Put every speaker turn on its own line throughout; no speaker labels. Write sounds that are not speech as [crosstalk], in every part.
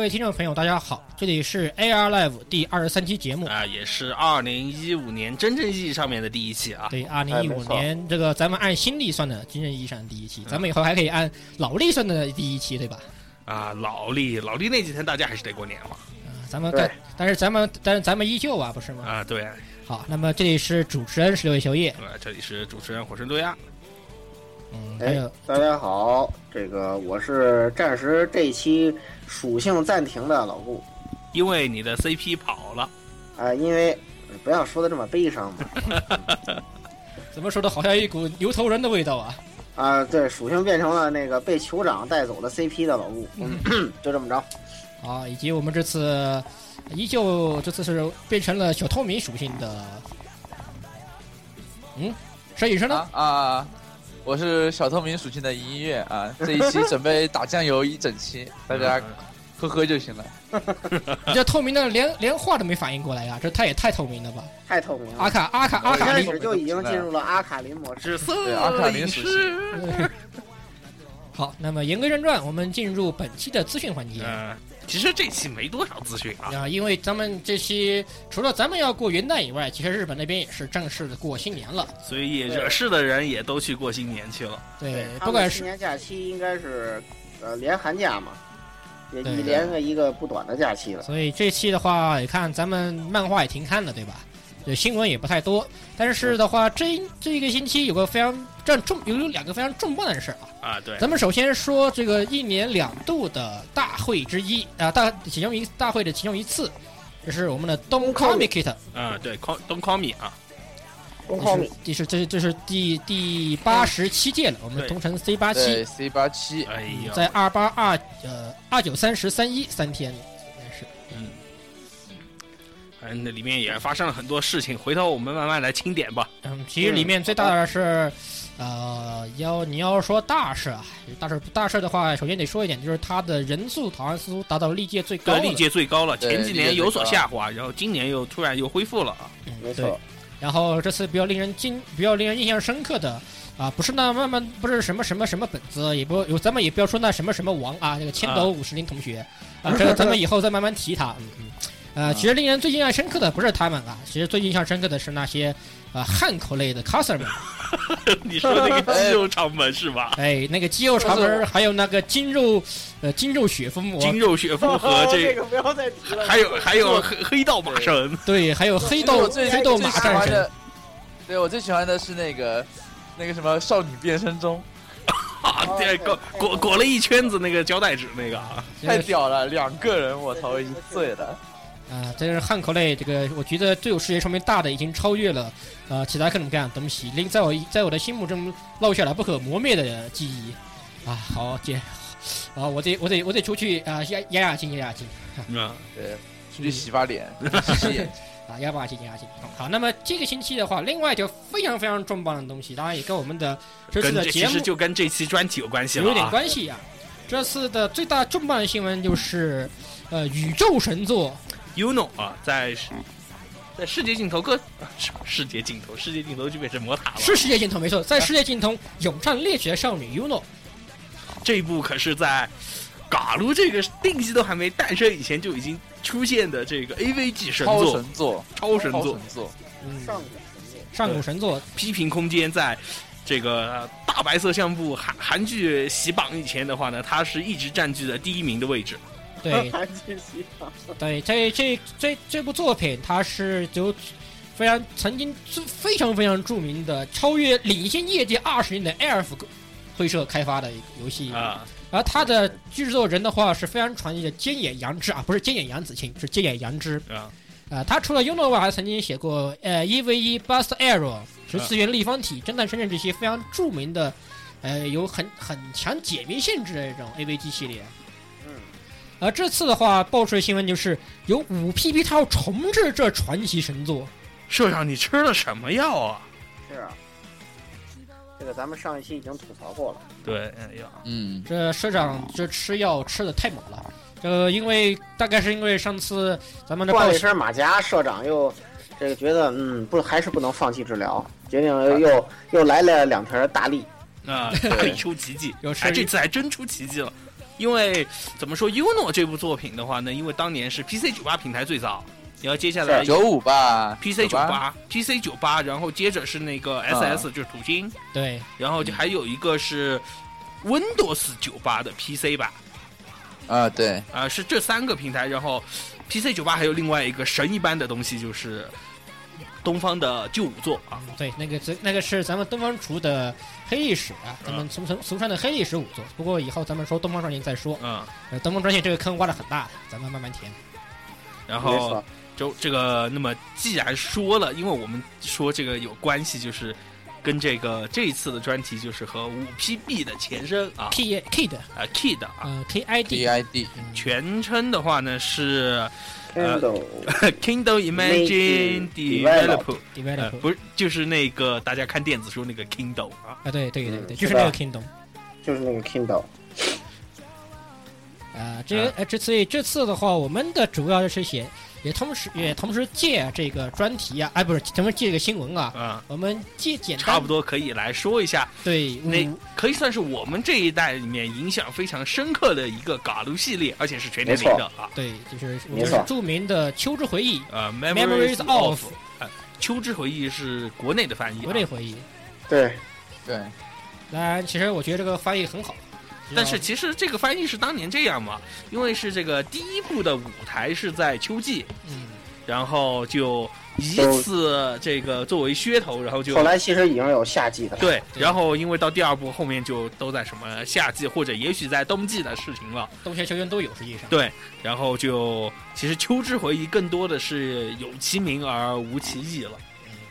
位听众朋友，大家好，这里是 AR Live 第二十三期节目。
啊，也是二零一五年真正意义上面的第一期啊。
对，二零
哎
一
没
五
错嗯
年这个咱们按新历算的，真正意义上的第一期，咱们以后还可以按老历算的第一期，对吧？
啊，老历老历那几天大家还是得过年嘛。
啊，咱们
对
但但是咱们但是咱们依旧啊，不是吗？
啊，对，
好，那么这里是主持人十六叶秋叶，
啊，这里是主持人火神对啊，
嗯，还
哎
有，
大家好，这个我是暂时这一期属性暂停的老顾
因为你的 CP 跑了，
啊、因为不要说的这么悲伤嘛
怎么说的好像一股牛头人的味道啊！
啊、对，属性变成了那个被酋长带走的 CP 的老顾，嗯，就这么着，
啊，以及我们这次呃依旧这次是变成了小透明属性的，嗯，摄影师呢？
啊啊！我是小透明属性的音乐啊，这一期准备打酱油一
[laughs]
整期，大
呃
家喝喝就行了。
你这透明的连连话都没反应过来啊，这太也太透明了吧！
太透明了
阿。卡阿卡阿
嗯我一
卡
开
林，
始就已经进入了阿卡林模式，
是色
对阿卡林
影
属
师。
好，那么言归正传，我们进入本期的资讯环节。
嗯，其实这期没多少资讯啊。
啊，因为咱们这期除了咱们要过元旦以外，其实日本那边也是正式的过新年了。
所以惹事的人也都去过新年去了。
对，
他
不
们
管
新
是
年假期应该是呃连寒假嘛，也
对
一连个一个不短的假期了。
所以这期的话，也看咱们漫画也停刊了，对吧？对，新闻也不太多。但是的话，这这一个星期有个非常这重有有两个非常重磅的事儿啊。
啊，对，
咱们首先说这个一年两度的大会之一啊、大其中一大会的其中一次，就是我们的东 Comic Kit。
啊，对，Call Don't Call Me 啊，
东
这是这是这这是第第八十七届了，我们
对
同城 C 八
对
七
，C 八七，
哎呀，
在二八二呃二九三十三一三天，应该是
嗯，那里面也发生了很多事情，回头我们慢慢来清点吧。
嗯，其实里面最大的是，呃，要你要说大事啊，大事大事的话，首先得说一点，就是它的人数好像似乎达到历届最高了，
对，历届最高了，
对
前几
历届
年
最
有所
高
下滑，然后今年又突然又恢复了 [laughs] 啊。
没
嗯，对
错。，
然后这次比较令人惊，比较令人印象深刻的啊，不是那慢慢不是什么什么什么本子，也不有咱们也不要说那什么什么王啊，那个千斗五十铃同学啊，
[laughs]
这个咱们以后再慢慢提他。嗯嗯，
啊
呃，其实令人最印象深刻的不是他们啊，其实最印象深刻的是那些呃汉口类的 coser
[laughs]
们，
你说那个肌肉长门是吧？
哎，那个肌肉长门，还有那个筋肉呃筋肉雪风魔，
筋肉雪峰和哦这，
啊个不要再提了
还有还有黑黑道马神，
对，还有黑
我
豆
最
黑豆
最
马
喜
战
欢
神，
的，对我最喜欢的是那个那个什么少女变身中，
啊，这
对
裹裹裹了一圈子那个胶带纸那个啊，
太屌了，两个人我操，我已经醉了。
啊，这是汉口类，这个我觉得对我世界上面大的已经超越了，呃，其他各种各样的东西，令在我在我的心目中烙下了不可磨灭的记忆。啊，好姐，啊，我得我得我得出去啊，压压压惊压压惊，
嗯，
对，出去洗把脸，洗洗眼睛。
啊，压把劲压劲。好，那么这个星期的话，另外就非常非常重磅的东西，当然也跟我们的这次
跟
的
这
节目
其
呃
实就跟这期专题有关系了
有点
啊。
关系啊。这次的最大重磅的新闻就是，呃，宇宙神作
Uno 啊，在在世界尽头各世 [laughs] 世界尽头，世界尽头就变成魔塔了。
是世界尽头没错，在世界尽头咏唱猎血少女 UNO。
这一部可是在嘎鲁这个定义都还没诞生以前就已经出现的这个 AV 级神
超
作，
神作，
超神
超
作
神，作，
嗯，
上古神作
上古神作，
批评空间在这个大白色相簿韩韩剧洗榜以前的话呢，它是一直占据着第一名的位置。
对
[laughs] 还继续啊
对， [laughs] 这这这这部作品，它是由非常曾经最非常非常著名的超越领先业界二十年的 AF 会社开发的一个游戏，
啊，
而它的制作人的话是非常传奇的菅野洋之啊，不是菅野洋子庆，是菅野洋之
啊。
啊、他除了 UNOVA 还曾经写过呃 EVE、Bust Arrow、十四元立方体、侦探深圳这些非常著名的，呃有很很强解谜限制的这种 AVG 系列。
嗯，
而这次的话，爆出的新闻就是有五 PP 他要重置这传奇神作，
社长，你吃了什么药啊？
是啊，这个咱们上一期已经吐槽过了。
对，哎呀，
嗯，
这社长这吃药吃的太猛了。呃，因为大概是因为上次咱们的
换
报
了一身马甲，社长又这个觉得嗯不还是不能放弃治疗，决定又又又来了两瓶大力。
啊，大力出奇迹，
有吃
哎，这次还真出奇迹了。因为怎么说《UNO》这部作品的话呢，因为当年是 PC 九八平台最早，然后接下来
是
九五吧
PC 九
98
八、PC 九八，然后接着是那个 SS，、就是土星，
对，
然后就还有一个是 Windows 九八的 PC 版
啊，对，
啊、是这三个平台。然后 PC 九八还有另外一个神一般的东西，就是东方的旧五座啊，
嗯对，那个这那个是咱们东方厨的黑历史啊，咱们俗称俗称的黑历史五座。不过以后咱们说东方专线再说，
嗯，
呃，东方专线这个坑挖的很大，咱们慢慢填。
然
没
后
错。
就这个，那么既然说了，因为我们说这个有关系，就是跟这个这一次的专题就是和五 PB 的前身啊
K Kid
啊 KID 啊，
呃 K I
D
D 嗯
I D
全称的话呢是
Kindle
呃 Kindle Imagine Develop，
Develop
呃
Develop
不是就是那个大家看电子书那个 Kindle 啊，
啊，对对对对，
嗯
就是
是
那个
的
Kingdom。
就是那个 Kindle，
呃，这
啊
个呃，这所以这次的话，我们的主要就是写，也同时也同时借这个专题啊，哎，不是，咱们借这个新闻啊，
啊，
我们借简单
差不多可以来说一下，
对
那
五
可以算是我们这一代里面影响非常深刻的一个嘎鲁系列，而且是全年龄的啊，
对，就是
没
就是
错
著名的《秋之回忆》
呃
Memories of
秋之回忆是国内的翻译、啊，
国内回忆。
对，
对，
当然，其实我觉得这个翻译很好，
但是其实这个翻译是当年这样嘛，因为是这个第一部的舞台是在秋季，
嗯，
然后就以此这个作为噱头，然后就
后来其实已经有夏季的了，
对，
对
然后因为到第二部后面就都在什么夏季或者也许在冬季的事情了，
冬夏秋冬都有，实际上。
对，然后就其实秋之回忆更多的是有其名而无其义了，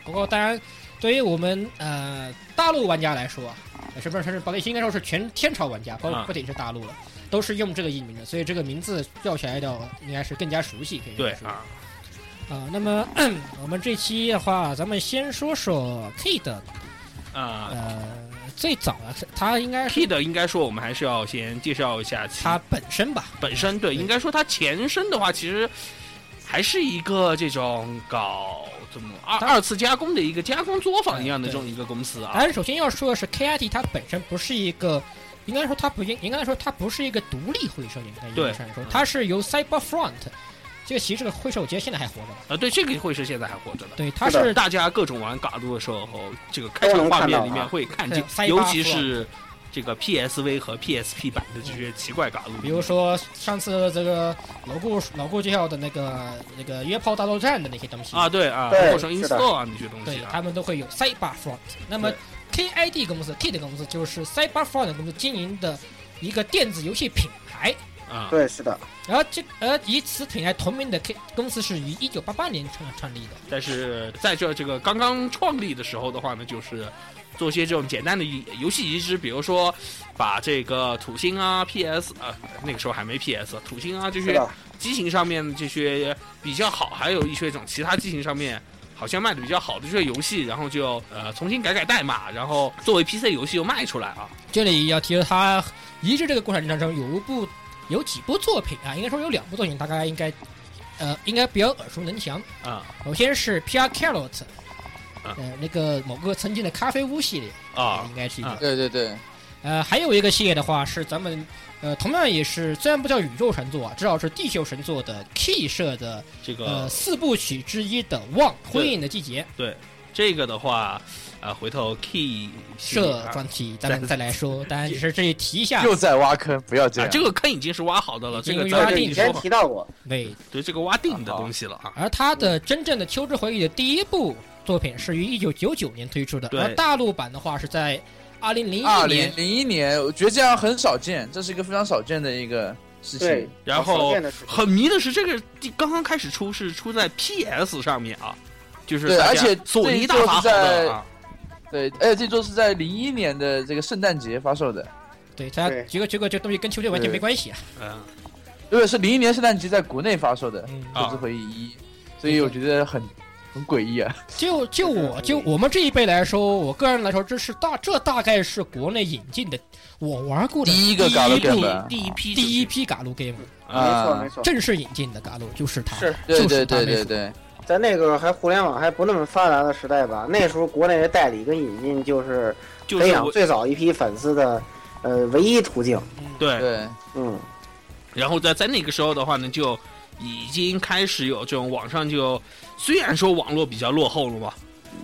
不过当然，对于我们呃大陆玩家来说，呃是不是甚至保利应该说是全天朝玩家，包括
啊
不仅是大陆了，都是用这个译名的，所以这个名字叫起来的应该是更加熟悉。可以这
对
么说
啊，
啊，那么 [clears throat] 我们这期的话，咱们先说说 Kid，
啊、
呃，最早啊，他应该是
k i d 应该说我们还是要先介绍一下其
他本身吧，
本身对，
对
应该说它前身的话，其实还是一个这种搞怎么二
它
二次加工的一个加工作坊一样的
对
这种一个公司啊。
但是首先要说的是 KIT 它本身不是一个，应该说它不应应该说它不是一个独立会社，应该应
对
该上说
嗯，
它是由 Cyberfront 这个其实这个会社，我觉得现在还活着吧，
啊，对，这个会是现在还活着的。
对，它
是的
是
大家各种玩嘎撸的时候，这个开场画面里面会看
都能
见
看到啊，
尤其是这个 PSV 和 PSP 版的这些奇怪嘎撸，
比如说上次这个老顾老顾介绍的那个那个约炮大作战的那些东西
啊，，对啊，
对
包括什么
是的
install 啊那些东
对
西啊，
他们都会有 Cyberfront。那么 KID 公司 KID 公司就是 Cyberfront 公司经营的一个电子游戏品牌。
啊，
对，是的，
然后这而以此品牌同名的 K 公司是于一九八八年创创立的。
但是在这这个刚刚创立的时候的话呢，就是做些这种简单的移游戏移植，比如说把这个土星啊、PS 啊、那个时候还没 PS，土星啊这
是
些
的，
机型上面这些比较好，还有一些种其他机型上面。好像卖的比较好的这些游戏，然后就呃重新改改代码，然后作为 PC 游戏又卖出来啊。
这里要提到它移植这个过程当中有一部有几部作品啊，应该说有两部作品，大家应该呃应该比较耳熟能详。
啊、
首先是 PR Carrot，
啊
呃那个某个曾经的咖啡屋系列
啊
应该是一个。
啊
对对对，
呃，还有一个系列的话是咱们呃，同样也是虽然不叫宇宙神作啊，至少是地球神作的 Key 社的
这个、
呃四部曲之一的《望
对
婚姻的季节》
这个的话，啊，回头 Key 系列
社
啊
专题，咱们再来说。当然只是这里提一下，
又在挖坑，不要这
啊，
样。
这个坑已经是挖好的了，
已
这
经
个
挖
咱
对
跟
对，
定
你
以
说
前
吧
提到过，
对。
对这个挖定的东西了啊。
而它的真正的《秋之回忆》的第一部作品是于一九九九年推出的，
对
而大陆版的话是在二零零
二
一
零
年。
零一年，我觉得这样很少见，这是一个非常少见的一个事
对
情。，
然后
少见的是
很迷的是，这个地刚刚开始出是出在 PS 上面啊，就是
对
大家
而且
索尼大法好的啊，
对，而且这座是在零一年的这个圣诞节发售的，
对，它
对
结果结果这东西跟秋天完全没关系啊。
嗯，
对，是零一年圣诞节在国内发售的《
嗯
啊
秋之回忆一》，所以我觉得很很诡异啊。
就就我就我们这一辈来说，我个人来说，这是大这大概是国内引进的我玩过的
第一个嘎
第
鲁
一部
game
第一批
啊第一批嘎鲁 game，
呃
没
啊
错没错，
正式引进的嘎鲁就是它，
是
对
就
对
是
对
它
对
没错。
对，
在那个还互联网还不那么发达的时代吧，那时候国内的代理跟引进就是
就
培
是
养
我
最早一批粉丝的呃唯一途径。
对，
对，
嗯，
然后在在那个时候的话呢，就已经开始有这种网上就虽然说网络比较落后了吧，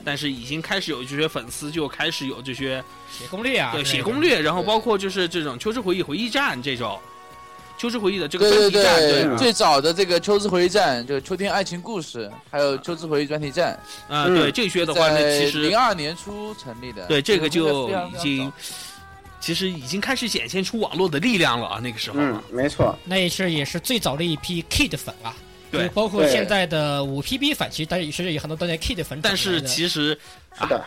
但是已经开始有这些粉丝就开始有这些
写攻略啊，
对
之类
写
的
攻，略，然后
对
包括就是这种《秋之回忆》回忆站这种《秋之回忆》的这个专
对对
题站，对
对，最早的这个秋之回忆站，就是秋天爱情故事，还有秋之回忆专题站，
啊、
嗯
对这些的话呢，
在
其实
零二年初成立的。
对这个就
非常
已经，其实已经开始显现出网络的力量了啊，那个时候
嗯
啊，，
没错，
那也是也是最早的一批 Kid 粉啊，
对
就包括
对
现在的五 PB 粉，其实大家也是有很多都在 Kid 粉转
但
来的，
是其实
是的，
啊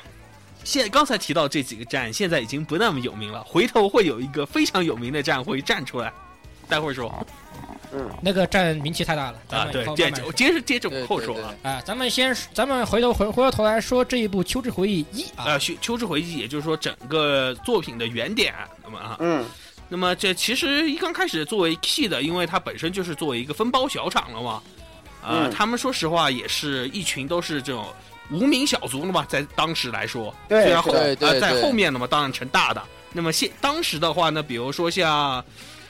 现刚才提到这几个站，现在已经不那么有名了。回头会有一个非常有名的站会站出来，待会儿说
嗯，
那个站名气太大了咱
啊，
们以
对，
后
接
慢慢说
接着接着
对
后说啊。。
啊，咱们先咱们回头回回过头来说这一部《秋之回忆一》啊
呃，，秋秋之回忆，也就是说整个作品的原点，那么啊，
嗯，
那么这其实一刚开始作为 key 的，因为它本身就是作为一个分包小厂了嘛，呃，
嗯
他们说实话也是一群都是这种无名小卒了嘛，在当时来说，
对
虽然
是
后
的
对
呃
对
在
对
后面的嘛，当然成大的。那么现当时的话呢，比如说像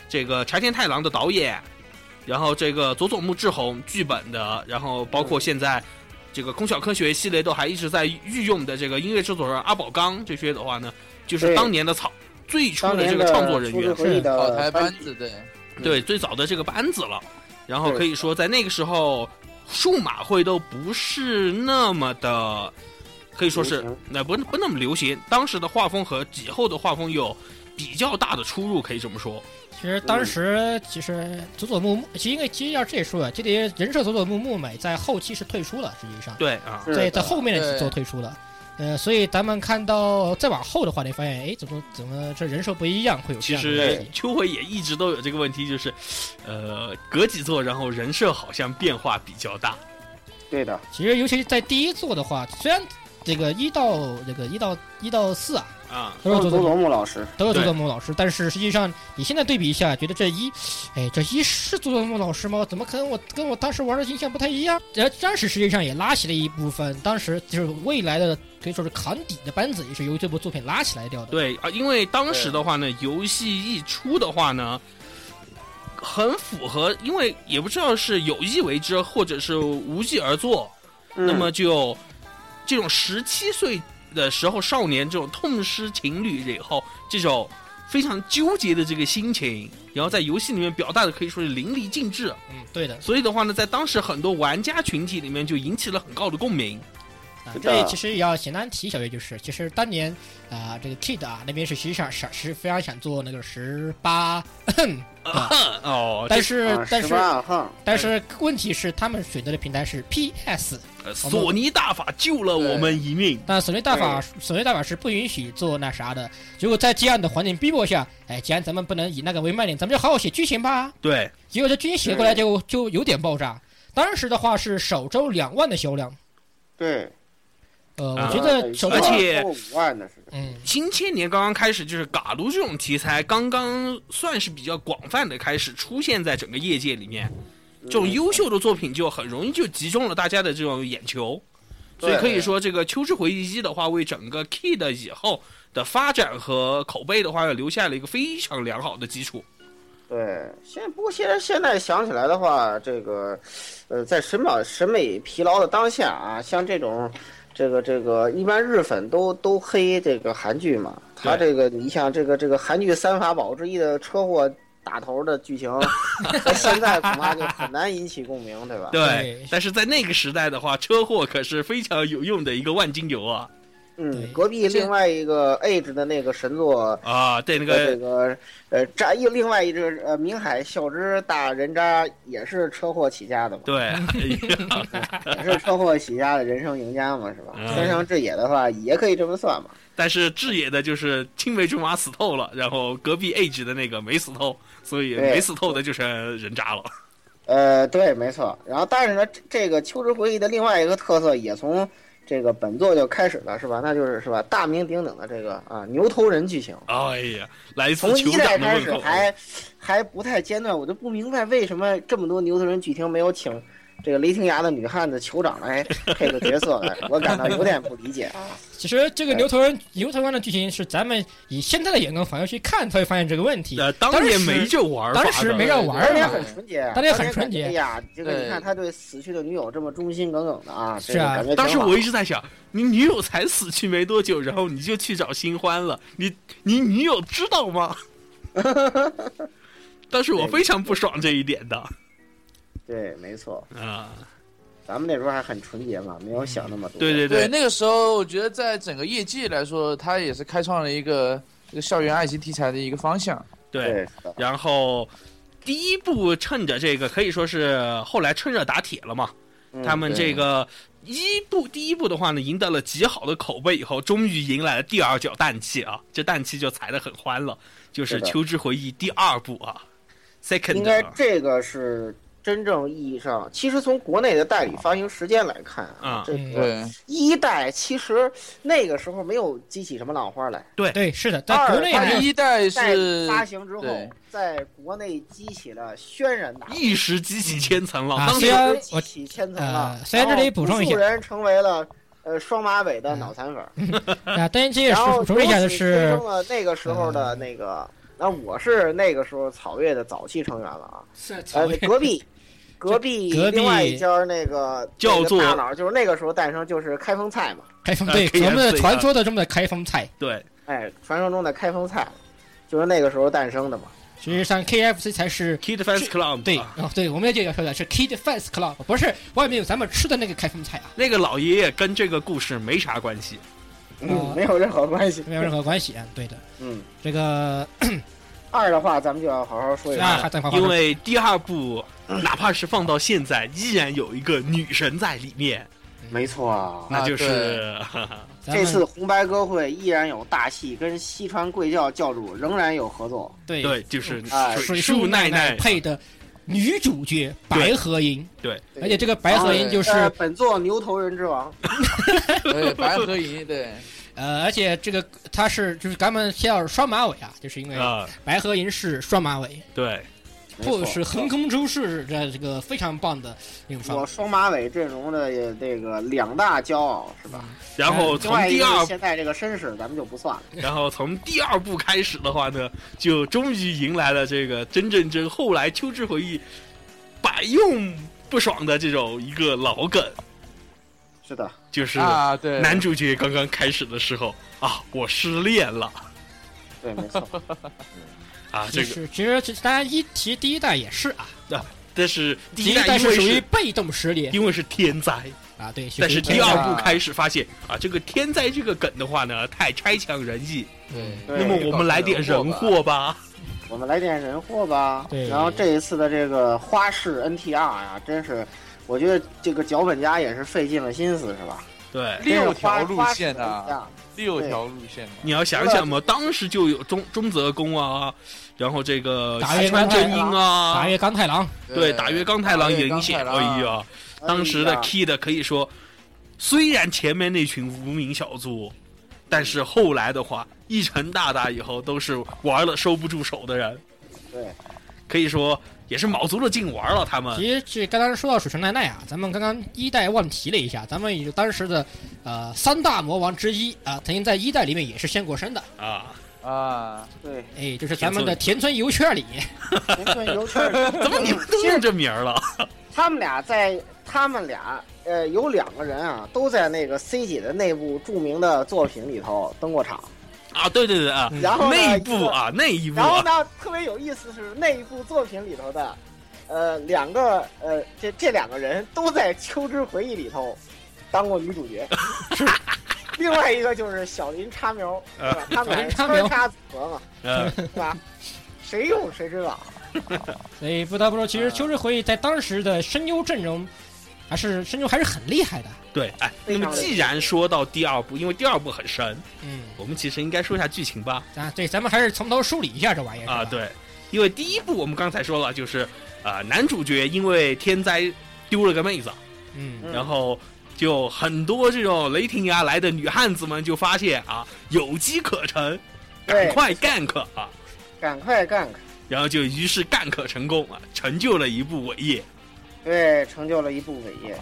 这个柴田太郎的导演，然后这个佐佐木志宏剧本的，然后包括现在这个空小科学系列都还一直在御用的这个音乐制作人阿宝刚这些的话呢，就是
对
当年的草最初
当
的这
年
个
的
创作人
初
员
次，回忆
老
的
台
班
班子对，
对最早的这个班子了。然后
对
可以说，在那个时候，数码会都不是那么的，可以说是
流行
那不不那么流行。当时的画风和以后的画风有比较大的出入，可以这么说。
其实当时其实佐佐木木，其实应该其实要这说啊，这里人设佐佐木木美在后期是退出了，实际上
对啊，
是
在在
的
后面的
对
做退出了。呃，所以咱们看到再往后的话，你发现，哎，怎么怎么这人设不一样，会有这
其
样的问
实
题？
秋回也一直都有这个问题，就是，呃，隔几座，然后人设好像变化比较大。
对的，
其实尤其是在第一座的话，虽然这个一到这个一到一到四啊，
啊，
都是佐
佐
佐木
佐木老师，
都是佐
对
佐木老师，但是实际上你现在对比一下，觉得这一，哎，这一是佐佐木老师吗？怎么可能我跟我当时玩的印象不太一样？呃，当时实际上也拉起了一部分，当时就是未来的可以说是扛底的班子，也是由这部作品拉起来掉的。
对啊，因为当时的话呢，游戏一出的话呢，很符合，因为也不知道是有意为之，或者是无计而作，
嗯
那么就这种十七岁的时候少年这种痛失情侣以后这种非常纠结的这个心情，然后在游戏里面表达的可以说是淋漓尽致，
嗯，对的，
所以的话呢，在当时很多玩家群体里面就引起了很高的共鸣。
啊
是，
这里
的
其实也要简单提一小句，就是其实当年啊、这个 Kid 啊那边是实际上是是非常想做那个十八，
哦，
但是、
啊
但
十
是
八暗号，
但是问题是他们选择的平台是 PS，
呃索尼大法救了我们一命。
但索尼大法索尼大法是不允许做那啥的。结果在这样的环境逼迫下，哎，既然咱们不能以那个为卖点，咱们就好好写剧情吧。
对，
结果这剧情写过来就就有点爆炸。当时的话是首周两万的销量，
对，
呃，
啊
我觉得首周
而且
五万的是的，
嗯，
新千年刚刚开始，就是嘎撸这种题材刚刚算是比较广泛的开始出现在整个业界里面，
嗯
这种优秀的作品就很容易就集中了大家的这种眼球，所以
对
可以说这个《秋之回忆一》的话，为整个 Key 的以后的发展和口碑的话，留下了一个非常良好的基础。
对，现不过现在现在想起来的话，这个，呃，在审美审美疲劳的当下啊，像这种，这个这个，一般日粉都都黑这个韩剧嘛，他
对
这个你像这个这个韩剧三法宝之一的车祸打头的剧情，在现在恐怕就很难引起共鸣，对吧？
对
但是在那个时代的话，车祸可是非常有用的一个万金油啊
嗯
对，
隔壁另外一个 Age 的那个神作。
啊！对，那
和这
个
个呃，扎一另外一只呃，明海孝之大人渣也是车祸起家的嘛，
对，
也是车祸起家的人生赢家嘛，是吧
嗯？
天上智野的话也可以这么算嘛。
但是志野的就是青梅竹马死透了，然后隔壁 A 级的那个没死透，所以
对
没死透的就成人渣了。
呃，对，没错。然后，但是呢，这这个《秋之回忆》的另外一个特色也从这个本作就开始了，是吧？那就是是吧，大名鼎鼎的这个啊牛头人剧情。
哎呀，来自
从
酋
一代
长的
开
问
始
候。
还还不太间断，我就不明白为什么这么多牛头人剧情没有请这个雷霆崖的女汉子酋长来配个角色来，我感到有点不理解啊。
其实这个牛头人牛头人的剧情是咱们以现在的眼光反过去看，才会发现这个问题。
呃，当年没这玩法的，
当时没这玩
当
儿
年
嘛
很，纯洁，啊
当年很纯洁
当年感觉哎呀，这个
对
你看他对死去的女友这么忠心耿耿的啊，
是
这个
啊
感觉挺
当时
好
我一直在想，你女友才死去没多久，然后你就去找新欢了，你你女友知道
[laughs]
吗？但是我非常不爽这一点的
对，没错，
啊，
咱们那时候还很纯洁嘛，没有想那么多。
对对
对，那个时候我觉得在整个业界来说，它也是开创了一个这个校园爱情题材的一个方向。
对，
对，是的
然后第一部趁着这个可以说是后来趁热打铁了嘛，
嗯
他们
对
这个一部第一部的话呢，赢得了极好的口碑以后，终于迎来了第二脚氮气啊，这氮气就踩得很欢了，就是
是
《
的
秋之回忆》第二部啊，Second
应该
啊
这个是真正意义上，其实从国内的代理发行时间来看
啊
这
嗯
个
对，
一代其实那个时候没有激起什么浪花来，
对，是的，在国内
二
没
它
有
第一代
在
是
发行之后
对，
在国内激起了轩然大波。
一时激起千层浪。
啊
当
虽
时
然
都激起千层了
呃，虽然这里补充一下
然后无数人成为了呃双马尾的脑残粉儿，
啊，但这也
然后
说说一下的
由此
是呃
催生了那个时候的那个，那我是那个时候草月的早期成员了啊，呃，隔
[laughs]
壁。隔壁
隔壁
另外一家那 [laughs] 个
叫做
那个大佬，就是那个时候诞生，就是开封菜嘛，
开封
啊
对
可以
咱们
啊
的传说的这么的开封菜。
对，
哎，传说中的开封菜，就是那个时候诞生的嘛。
实际上 KFC 才是
Kid Fans Club，
对
啊
哦，对，我们这就要说的是 Kid Fans Club，不是外面有咱们吃的那个开封菜啊，
那个老爷爷跟这个故事没啥关系。
哦
嗯，没有任何关系。
没有任何关系啊。对的，
嗯，
这个
二的话咱们就要好好说一
啊，
下。
还在
因为第二部哪怕是放到现在，依然有一个女神在里面，
没错啊
啊
那就是、
咱
这
们
次红白歌会依然有大戏，跟西川贵教教主仍然有合作。
对
对，就是
哎
水
树
树奈
奈
奈，配的女主角白河银，
对
而且这个白河银就是
呃，本作牛头人之王，
对白合银，对
呃，而且这个他是就是咱们叫双马尾啊，就是因为
啊、
白河银是双马尾，
对，
[laughs] 或是横空出世的这个非常棒的那种
我
双。
双马尾阵容的也这个两大骄傲是吧？
嗯
然后
哎另
从
外一
第
个
二
是，现在这个绅士咱们就不算了。
然后从第二部开始的话呢，就终于迎来了这个真正真后来秋之回忆百用不爽的这种一个老梗，
是的，
就是
啊，对
男主角刚刚开始的时候啊，我失恋了
对，没
[laughs]
错。
啊，
其
这个，
实其实其实当然一提第一代也是啊，
但是第
第
一
一
代
代
因为
属于
是
被动失恋
因为是天灾，
啊，对，属于
但是
天
第二
灾
部开始发现啊，这个天灾这个梗的话呢，太差强人意。
对，
对
那么我们来点人祸吧。
我们来点人祸吧。
[laughs] 对
然后这一次的这个花式 NTR 呀、真是，我觉得这个脚本家也是费尽了心思，是吧？
对，
六条路线
啊
啊，，六条路线啊，
你要想想嘛，当时就有中中泽公啊，然后这个
打
西
月
川
钢太
正英啊
打，月刚太郎，
对，打月刚太郎也明显。
打月
哎
钢太郎
呀，当时
哎
的
呀
Kid 可以说，虽然前面那群无名小卒，但是后来的话，一成大大以后都是玩了收不住手的人，
对，
可以说也是卯足了劲玩了他们。
其实这刚刚说到水城奈奈啊，咱们刚刚一代忘提了一下，咱们也就当时的呃三大魔王之一啊，曾经在一代里面也是现过身的，
啊，
啊，
对，
哎，就是咱们的田村邮圈里， [laughs]
田村由圈儿。
怎么你们都用这名儿了？
他们俩在他们俩呃有两个人啊，都在那个 C 姐的内部著名的作品里头登过场。
啊，对对对啊，
嗯
然后呢
那一部啊，那一部
然后
啊，
呢，特别有意思是那一部作品里头的，呃，两个呃这这两个人都在《秋之回忆》里头当过女主角。 [laughs] 另外一个就是小林插苗，对吧？他们俩是穿插组合嘛，
呃，
对吧？谁用谁知道。
所以不得不说，其实秋日回忆在当时的声优阵容还是声优还是很厉害的，
对，哎，那
非
么
常
既然说到第二部，因为第二部很深，
嗯，
我们其实应该说一下剧情吧。
啊，对，咱们还是从头梳理一下这玩意儿
啊，，对，因为第一部我们刚才说了，就是啊、男主角因为天灾丢了个妹子，
是吧嗯，
然后就很多这种雷霆崖来的女汉子们就发现啊，有机可乘，赶
对
快 gank 啊，
赶快干！
然后就于是 gank 成功啊，成就了一部伟业。
对，哎成就了一部伟业。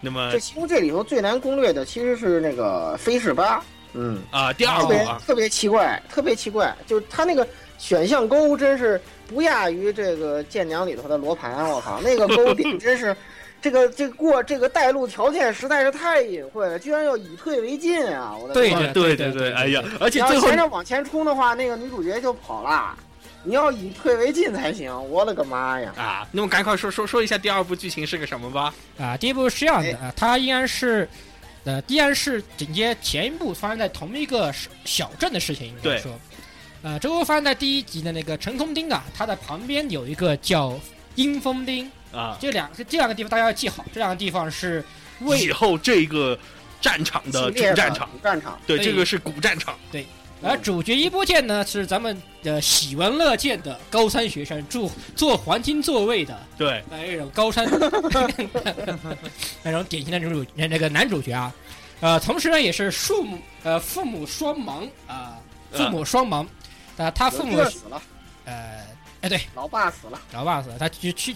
那么
这其中这里头最难攻略的其实是那个飞士八，嗯，
啊，第二
特
部
别
啊，
特别奇怪，特别奇怪，就是它那个选项勾真是不亚于这个《剑娘》里头的罗盘，我靠，那个勾顶真是， [laughs] 这个这个过这个带路条件实在是太哎隐晦了，居然要以退为进啊！我的
对
妈
的
啊对
对
对，
对
哎呀，而且
你
最
要
后
前着往前冲的话，那个女主角就跑了。你要以退为进才行，我了个妈呀！
啊，那么赶快说说说一下第二部剧情是个什么吧？
啊，第一部是这样的啊，它依然是，呃，依然是紧接前一部发生在同一个是小镇的事情，应该
对
说，呃，这个发生在第一集的那个陈空町啊，它的旁边有一个叫阴风町，
啊，
这两这两个地方大家要记好，这两个地方是
以
为
后这个战场的主
系列
战场，
主战场，
对，
哎
这个是古战场，
而主角一波剑呢是咱们的喜闻乐见的高三学生，住坐黄金座位的，
对，
呃，那种高山，那种典型的女主那那个男主角啊，呃，同时呢也是父母呃父母双亡啊、父母双亡，啊、他父母
有一个死了，
呃哎对，
老爸死了，
老爸死了，他去去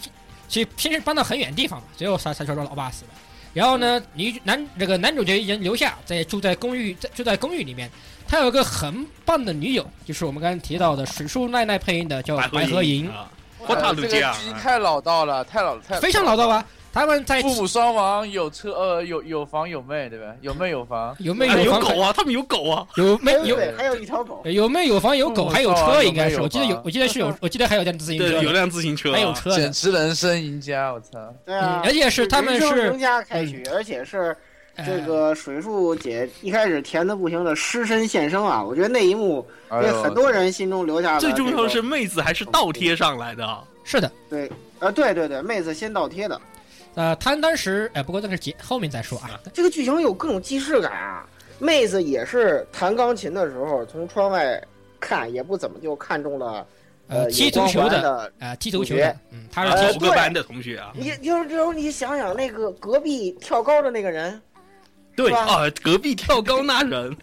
去偏是搬到很远地方嘛，最后才才说老爸死了。然后呢，女主男这个男主角人留下，在住在公寓，在住在公寓里面。他有一个很棒的女友，就是我们刚才提到的水树奈奈配音的叫哦白
合
合银，
啊，我
哇
大
这
陆
个
这样
剧
啊
太老道了，太老了，太
非常老道啊。他们
哎
在
父母双亡，有车呃有有房有妹，对吧？有妹有房，
有没
哎
有
有
房
狗啊，他们有狗啊，
有没
哎
有
对，还有一条狗，
有没有有房有狗
嗯
哦
还有
我知道
车，
啊
应该是
有没有
我记得有
房，
我
嗯
记得是有，我记得还有辆自行
对，
车
有
的，
辆自行车啊，
还有车
简
的，
直人生赢家！我操，
对
嗯
啊，
哎
而且是他们
人生
是哎
赢家开局，而且是这
呃
个水树姐一开始甜的不行的失身现身啊，我觉得那一幕
哎
给
呦
很多人心中留下了
最重
这
要
个
是妹子还是
哦
倒贴上来的，啊
是的，
对，呃，对对对，妹子先倒贴的，
呃，他当时哎，不过那是节后面再说啊，
这个剧情有各种既视感啊。妹子也是弹钢琴的时候从窗外看，也不怎么就看中了
呃，
呃
踢
有
足
光
球
环
的，
的
呃，踢足球
主
的
角，
嗯，他
啊
是
呃
某个
对
班的同学啊，
你就是这种，你想想那个隔壁跳高的那个人，
对
是吧
啊，隔壁跳高那人，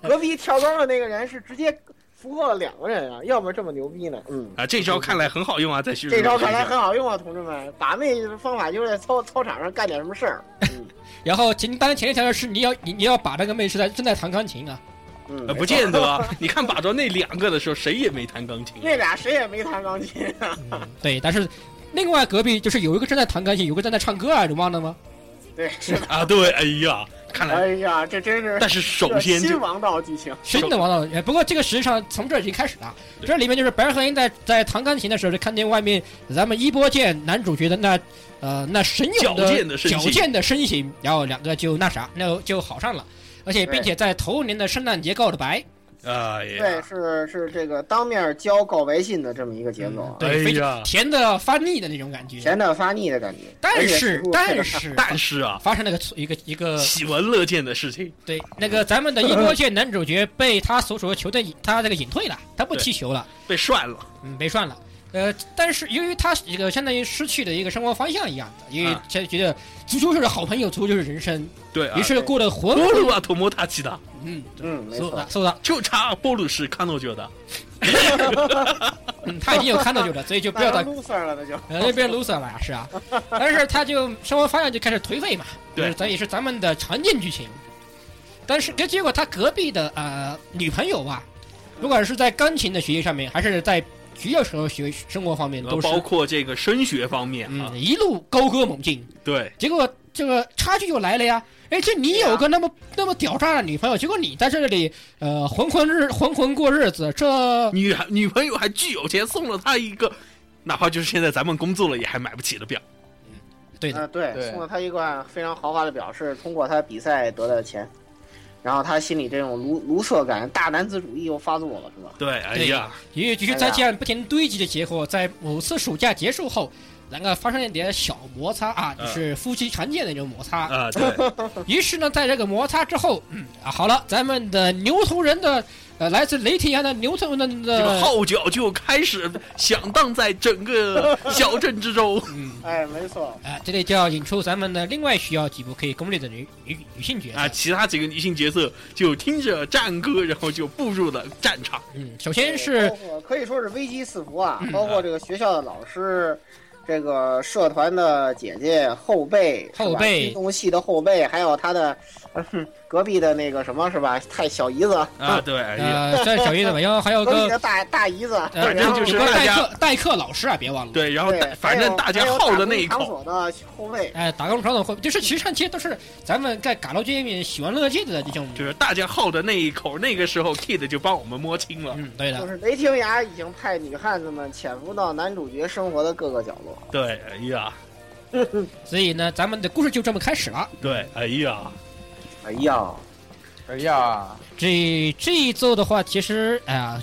隔壁跳高的那个人是直接俘获了两个人啊，要么这么牛逼呢？嗯，
啊，这招看来很好用啊，在叙述
这招
中
看来很
啊
好用啊，同志们，把妹的方法就是在操操场上干点什么事儿。嗯
然后前当然前提条件是你要你你要把那个妹是在正在弹钢琴啊，
嗯，
不见得啊。你看把着那两个的时候，谁也没弹钢琴
[laughs] 那俩谁也没弹钢琴，
嗯，对，但是另外隔壁就是有一个正在弹钢琴，有一个正在唱歌啊，你忘了吗？
对，是的。
啊。对，哎呀，看来，
哎呀，这真是
但是首先
新
就
王道剧情。
新的王道，哎，不过这个实际上从这儿已经开始了。这里面就是白合英在在弹钢琴的时候，就看见外面咱们一波见男主角的那呃那神勇
矫
的
健的身形
矫健的身形，然后两个就那啥，那就好上了，而且并且在头年的圣诞节告了白，
哎
啊
对，
呀，
是是这个当面交告白信的这么一个节
嗯
奏啊，
哎
对，非
呀
常，甜的发腻的那种感觉。
甜的发腻的感觉。
但
而且
是
入
但
了 [laughs]
是
但是啊，
发生了个错一个一个
喜闻乐见的事情，
对那个咱们的一波见男主角被他所属的球队他这个隐退了，他不
对
踢球了。
被涮了。
嗯，没算了。呃，但是由于他这个相当于失去了一个生活方向一样的，因为
啊
他觉得足球就是好朋友，足球就是人生，
对啊
于，是过得浑
波鲁
浑
啊，托莫塔奇的，
嗯，
嗯，没
搜
错
到。搜到，
就差波鲁是看诺觉的。
嗯，他已经有看到就了，所以就不要
那 [laughs]
再
成 loser 了，那就
呃那边 loser 了呀，是啊，但是他就生活方向就开始颓废嘛，
对
就是咱也是咱们的常见剧情。但是跟结果他隔壁的呃女朋友啊，不管是在钢琴的学习上面，还是在学校时候学生活方面，
呃
都是
包括这个升学方面啊
嗯，一路高歌猛进。
对，
结果这个差距就来了呀！哎，这你
啊
有个那么、那么屌炸的女朋友，结果你在这里呃浑浑日浑浑过日子，这
女孩女朋友还巨有钱，送了他一个，哪怕就是现在咱们工作了也还买不起的表。
对
嗯
的，
啊，对，
对
送了他一罐非常豪华的表，是通过他比赛得到的钱，然后他心里这种卢卢瑟感、大男子主义又发作了，是吧？
对，哎
对
呀，
因为就是在这样不停堆积的结果，在某次暑假结束后。两个发生了点小摩擦啊，
嗯
就是夫妻常见的那种摩擦。
啊，对，
于是呢，在这个摩擦之后，嗯啊，好了，咱们的牛头人的呃，来自雷霆洋的牛头人
这个
的，
号角就开始响荡在整个小镇之 [laughs] 中。
嗯
哎，没错，
啊，这里就要引出咱们的另外需要几部可以攻略的女女女性角色
啊，其他几个女性角色就听着战歌，然后就步入了战场。
嗯，首先是
嗯
包括可以说是危机四伏啊，包括这个学校的老师，这个社团的姐姐后辈，是吧
后辈
京东系的后辈，还有他的、嗯隔壁的那个什么是吧？太小姨子，
啊，对，哎呀
呃，这小姨怎么样？还有
隔壁
个
的大大姨子，
呃
反正就是
有个
大
代
家
课代课老师啊，别忘了。
对， [laughs] 然后
对
大，反正大家耗的那一口，
所的后
[laughs]
卫，
哎，打工传统会就是其实这些都是咱们在嘎楼街面喜闻乐见的这种，
就是大家耗的那一口，那个时候 Kid 就帮我们摸清了。
嗯，对
就
的，
是雷霆牙已经派女汉子们潜伏到男主角生活的各个角落。
对，哎呀，
所以呢，咱们的故事就这么开始了。
对，哎呀，
哎呀，
哎呀，
这这一周的话，其实哎呀，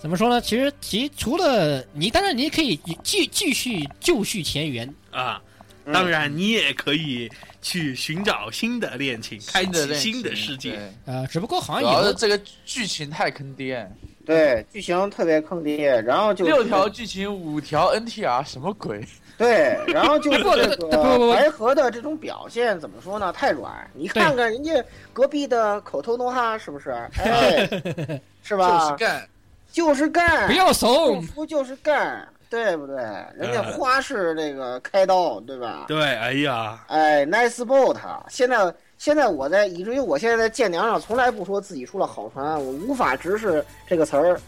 怎么说呢？其实其除了你，当然你也可以继继续就续前缘，
啊，
嗯
当然你也可以去寻找新的恋情，开启新的世界。
对
呃，只不过好
主
像
要
有
是
的
这个剧情太坑爹，
对，剧情特别坑爹，然后就
六条剧情五条 NTR 什么鬼？
[laughs] 对，然后就是
[laughs] 不
这
不不不
个白河的这种表现怎么说呢？太软，你看看人家隔壁的口头诺哈是
[laughs]
不是？哎，是
就是
吧？
[laughs] 干，
就是干，
不要
不
怂，
服就是干，对不对？人家花式这个开刀，对吧？
对，哎呀，
哎，nice boat！现在现在我在以至于我现在在舰娘上从来不说自己出了好船，我无法直视这个
[laughs]
词儿，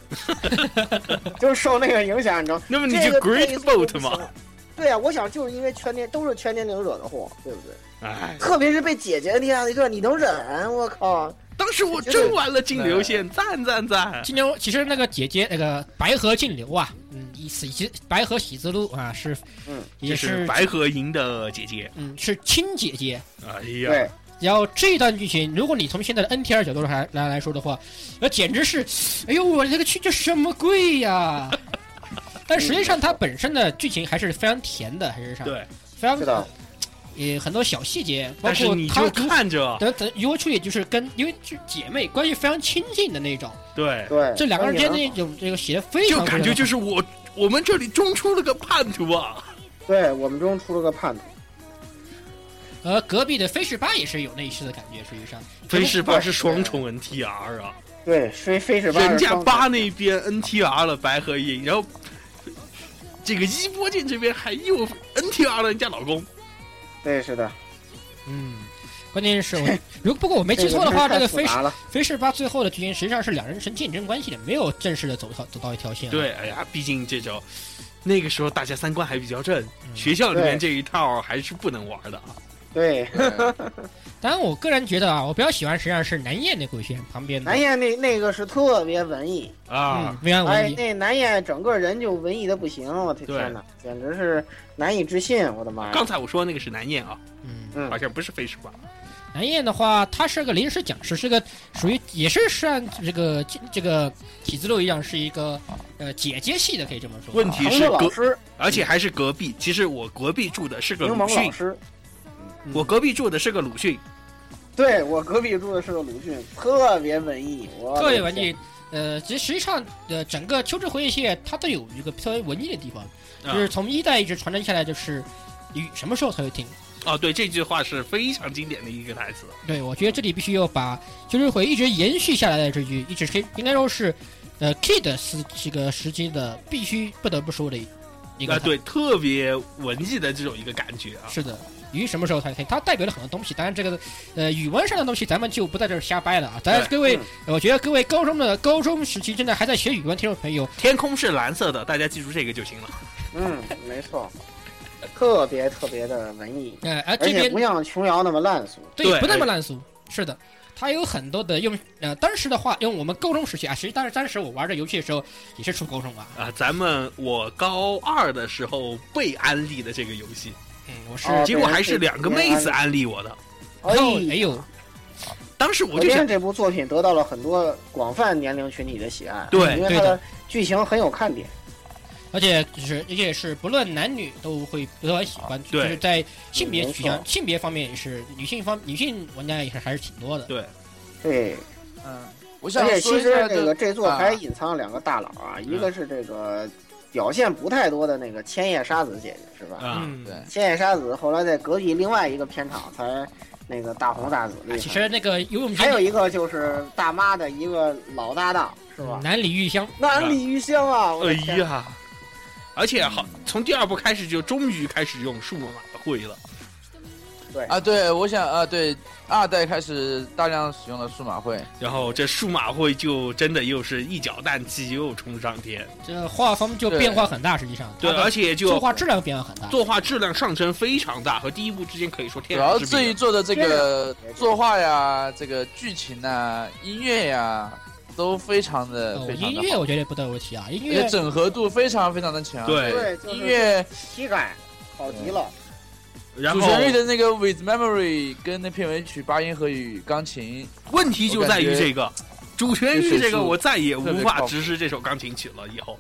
[laughs] 就是受那个影响，你知道。
那 [laughs] 么你
这
就
个
Great
这一次就
Boat
不
嘛
行？了？对啊，我想就是因为全年都是全年龄惹的祸，对不对？
哎，
特别是被姐姐那样一个，你能忍？我靠！
当时我真玩了金流线，赞赞赞！
金牛其实那个姐姐那个白河净流啊，嗯，以喜之白河喜之路啊是，
嗯，
也
是白河银的姐姐，
嗯是亲姐姐。
哎
对
呀，，
然后这段剧情，如果你从现在的 NTR 角度上来来来说的话，那简直是，哎呦，我这个去这什么鬼呀！但实际上，它本身的剧情还是非常甜的，实际上
对，
非常
是的，
也很多小细节，包
但是
括
你
她
就
如
看着，
等等如何处理，就是跟因为是姐妹关系非常亲近的那种，
对，
对，
这两个人之间的
那
那种这个写的非
就
常
感觉就是是我我们这里中出了个叛徒啊！
对我们中出了个叛徒，
呃，隔壁的飞士巴也是有类似的感觉，实际上
飞士巴是双重 NTR 啊，
对，非非是
人家八那边 NTR 了白河银，然后这个一波剑这边还又 NTR 了人家老公，
对，是的，
嗯，关键是我如果不过我哎没记错的话，这
这
个
复
飞士
杂了，
飞士巴最后的剧情实际上是两人成竞争关系的，没有正式的走到走到一条线、啊。，
对，哎呀，毕竟这种。那个时候大家三观还比较正，
嗯
学校里面
对
这一套还是不能玩的啊。
对，
当然我个人觉得啊，我比较喜欢实际上是南燕那鬼线旁
嗯
边的
南燕那那个是特别文艺，
嗯
啊，，
薇安文
哎，
艺，
那南燕整个人就文艺的不行，我的
对
天哪，简直是难以置信，我的妈呀！
刚才我说那个是南燕啊，
嗯，
嗯
好，像不是飞石吧？
南燕的话，他是个临时讲师，是个属于也是像这个这个体字路一样，是一个呃姐姐系的，可以这么说。
啊问题
唐
是
的老
隔，
师，
而且还是隔壁。其实我隔壁住的是个
柠
鲁
檬老
迅，
师，
我隔壁住的是个鲁迅，
对我隔壁住的是个鲁迅，特别文艺，我的
特别文
天
艺。呃，其实实际上，呃，整个《秋之回忆》系列它都有一个特别文艺的地方，
啊
就是从一代一直传承下来，就是你什么时候才会听？
哦，对，这句话是非常经典的一个台词。
对，我觉得这里必须要把就是会一直延续下来的这句，一直是应该说是，呃，Kid 是这个时期的必须不得不说的一个。
啊，，对，特别文艺的这种一个感觉啊。
是的。于什么时候才可以？它代表了很多东西。当然，这个呃语文上的东西咱们就不在这儿瞎掰了啊。咱
对
各位
嗯，
我觉得各位高中的高中时期真的还在学语文听众朋友，
天空是蓝色的，大家记住这个就行了。
嗯，没错，特别特别的文艺，
呃，哎，
而
这
且
边
不像琼瑶那么烂俗。
对，
对
不那么烂俗。是的，它有很多的用呃，当时的话，用我们高中时期啊，实际当时当时我玩这游戏的时候也是初高中啊，
啊，咱们我高二的时候被安利的这个游戏，
嗯，我是，
哦
结果还是两个妹子
被
安利我的。
然后哎
哎，
呦，
当时我
可
就
见
想，
这部作品得到了很多广泛年龄群体的喜爱，
对
因为
对
它
的
的剧情很有看点。
而且就是而且是不论男女都会都很喜欢，就
啊对
是在性别
没
取向、
错
性别方面也是女性方女性玩家也是还是挺多的。
对，
对，
嗯，我
而
想
且
说
其
一
实
下
这个这座
啊
还隐藏了两个大佬啊，一个是这个表现不太多的那个千叶沙子姐姐，是吧？
啊，
嗯，
对，
千叶沙子后来在隔壁另外一个片场才那个大红大紫厉害。
其实那个游泳圈
还有一个就是大妈的一个老搭档，是吧？
男李玉香，
南李玉香啊，我
嗯哎
的天，
呀，而且好，从第二部开始就终于开始用数码会了。
啊，对，我想啊，对，二代开始大量使用了数码会，
然后这数码会就真的又是一脚氮气又冲上天，
这画风就变化很大，实际上
对，
它的
而且就
啊作画质量变化很大。
作画质量上升非常大，和第一部之间可以说天
主要
壤
这
之别。
一座的这个
对
作画呀、这个剧情呐、音乐呀，都非常的
哦
非常
音
的
乐
好，
我觉得也不得不提啊，音
而
乐
且整合度非常非常的强。
对
对，就是
音乐
体感好极了。
然
主
后
旋律的那个 With Memory 跟那片尾曲八音盒与钢琴，
问题就在于这个主旋律，这个我再也无法
特别靠谱
直视这首钢琴曲了。以后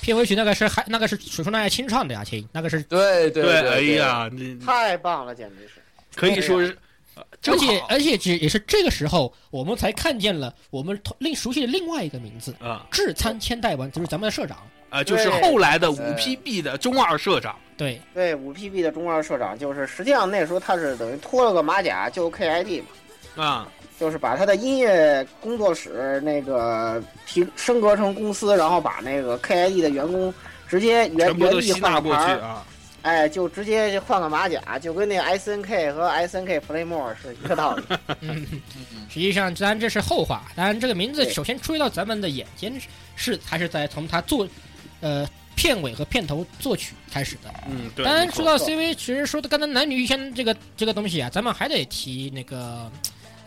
片尾曲那个是还那个是水树奈爱清唱的呀，亲，那个是
对对对，
哎
对，
呀，你
太棒了，简直是！
可以说是，呃
而
正
且
好
而且只也是这个时候，我们才看见了我们同另熟悉的另外一个名字
啊
——志参千代丸，就是咱们的社长。
啊，就是后来的五
呃
PB 的中二社长， [laughs]
对，
对五 PB 的中二社长，就是实际上那时候他是等于脱了个马甲，就 KID 嘛，
啊，
就是把他的音乐工作室那个提升格成公司，然后把那个 KID 的员工直接原
全部
原
都
地
吸纳
换个
过去
牌儿，
啊。
哎，就直接就换个马甲，就跟那 SNK 和 SNK Playmore 是一个道理。
嗯
实际上当然这是后话，当然这个名字
对
首先出现到咱们的眼前是是还是在从他做，呃。片尾和片头作曲开始的。
嗯，对，
当然，
没
说
错
到
错
CV，其实说的刚才男女遇见这个这个东西啊，咱们还得提那个，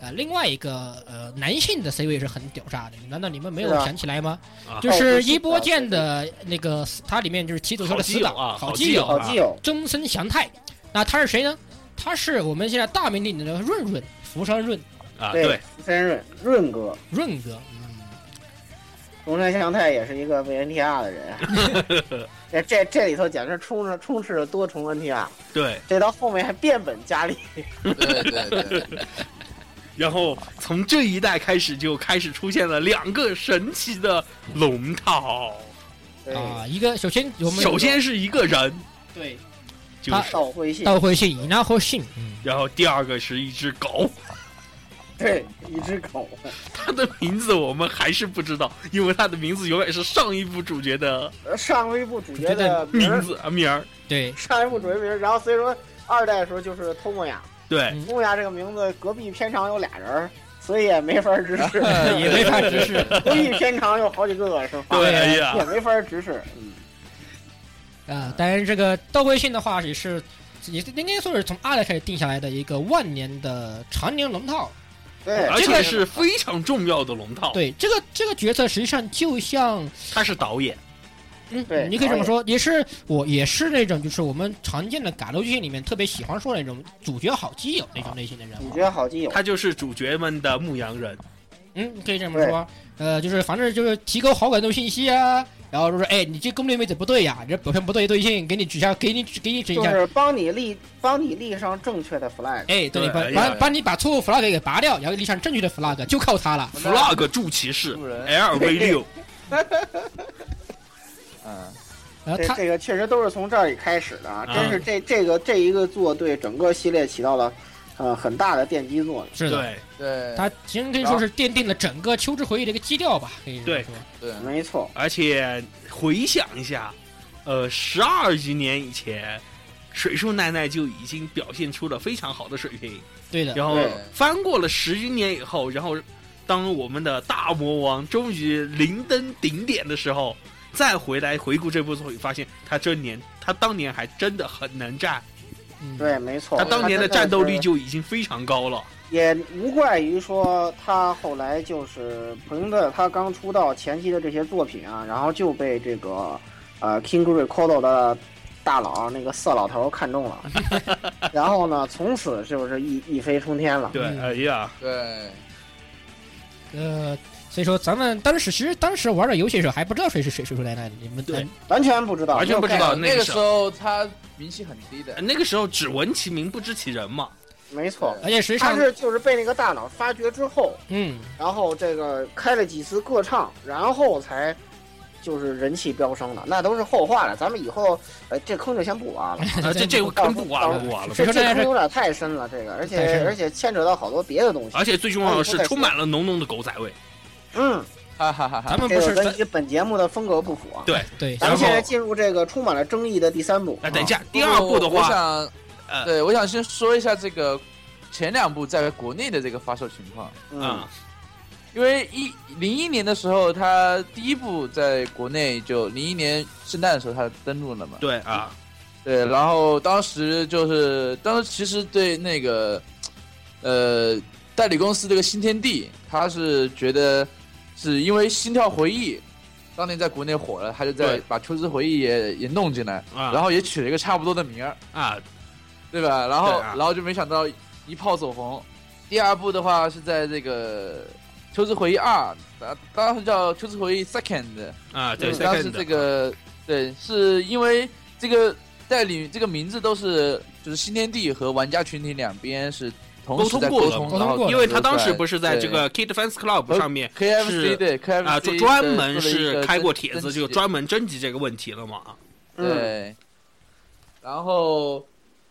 呃，另外一个呃男性的 CV 是很屌炸的，难道你们没有
是啊
想起来吗？
啊
就是一波剑的那个，它里面就是提走他的死党
好基友啊
好
好
基
基
友
友
好基友，
中森祥太。那他是谁呢？他是我们现在大名鼎鼎的润润，福山润
啊，
对
对，，
福山润润哥，
润哥。
中山祥太也是一个为 NTR 的人啊。这这这里头简直充斥充斥着多重 NTR，
对。
这到后面还变本加厉。
对对对，
然后从这一代开始就开始出现了两个神奇的龙套，
对，
啊，一个首先我们
首先是一个人，
对
就是，
道会系，
道会信伊那会信，嗯
然后第二个是一只狗，
对，一只狗，
它的名字我们还是不知道，因为它的名字永远是上一部主角的
呃上一部主角的名
名
儿，
字啊名儿。
对，
上一部主角名儿。然后所以说二代的时候就是偷莫雅，
对，
偷莫雅这个名字隔壁片场有俩人儿，所以也没法儿直视。
也没法直视。
隔壁片场有好几个是吧？
对，哎
也
呀，
没法儿直视。嗯，
啊，当然这个道会信的话也是，也应该说是从二代开始定下来的一个万年的常年龙套。
对，
而
这个
且是非常重要的龙套，
对，这个这个角色实际上就像
他是导演，
嗯，
对
你可以这么
导演
说，也是我也是那种，就是我们常见的改斗剧情里面特别喜欢说那种主角好基友那种类型的人
主
物。
角好基友，
他就是主角们的牧羊人。
嗯，可以这么说，呃，就是反正就是提供好感度信息啊，然后就说，哎，你这攻略妹子不对呀，你这表现不对对劲，给你指下，给你指给你指一
就
下。
是帮你立帮你立上正确的 flag。
哎，对，
对
把
哎呀
把把你把错误 flag 给拔掉，然后立上正确的 flag，就靠他了。
Flag 助骑士
助人
LV 六，
嗯，
哎
然后
这
呃他
这个确实都是从这儿里开始的啊，
啊
真是这这个这一个作对整个系列起到了呃很大的奠基作用。
是的，
对
对，
他其实可以说是奠定了整个秋之回忆的一个基调吧，可以这么
对
说。
对
没错，
而且回想一下，呃，十二几年以前，水树奈奈就已经表现出了非常好的水平。
对的，
然后
对
翻过了十余年以后，然后当我们的大魔王终于临登顶点的时候，再回来回顾这部作品，发现他这年他当年还真的很能战，
嗯，
对，没错。
哦
他当年的战斗力
他真的是
就已经非常高了。
也无怪于说他后来就是凭着他刚出道前期的这些作品啊，然后就被这个呃 King g r e c o d o 的大佬那个色老头看
[laughs]
中了，然后呢，从此就是一一飞冲天了。
对，
嗯
哎呀，
对，
呃，所以说咱们当时其实当时玩的游戏的时候还不知道谁是谁谁出来的，你们
对
完全不知道，
完全不知道
那
那
个
个
时
时
候他名气很低的，
哎那个时候只闻其名不知其人嘛。
嗯
没错，
而且实际
他
上，
是就是被那个大佬发掘之后，
嗯，
然后这个开了几次歌唱，然后才就是人气飙升的，那都是后话了。咱们以后呃，这坑就先不挖了，
[laughs]
啊，这这
到
坑不挖了，不挖了。
这
说这
这
件事
坑有点太深了，这个而
太深
且
了
而且牵扯到好多别的东西。
而且最重要的是，充满了浓浓的狗仔味。
嗯，
哈哈哈哈
咱。们
这
不
个
是
跟
咱
其本节目的风格不符啊。
对
对
咱
然
们
后
现在进入这个充满了争议的第三部。
哎，等一
啊，
下，第二部的
哦我我
话，
想，
呃
对，我想先说一下这个前两部在国内的这个发售情况，
嗯
啊，
因为一零一年的时候，它第一部在国内就零一年圣诞的时候它登陆了嘛，
对啊，
对，然后当时就是当时其实对那个呃代理公司这个新天地，他是觉得是因为《心跳回忆》当年在国内火了，他就在
对
把《秋之回忆也》也弄进来，
啊
然后也取了一个差不多的名儿。
啊，
对吧？然后、
对啊
然后就没想到一炮走红。第二部的话是在这个《秋之回忆二》，当当时叫《秋之回忆 Second》，
啊，对，
嗯当时这个对，是因为这个代理这个名字都是就是新天地和玩家群体两边是同时在
沟通过
沟
的
通，
沟通
然后
过的
因为他当时不
是
是在这个 Kid Fans Club
呃
上面
KFC
是
对 KFC
啊，就专门
对做了一
是
个
开过
征
帖子，
征
就
集
专门征集这个问题了嘛啊，
嗯，
对，然后，嗯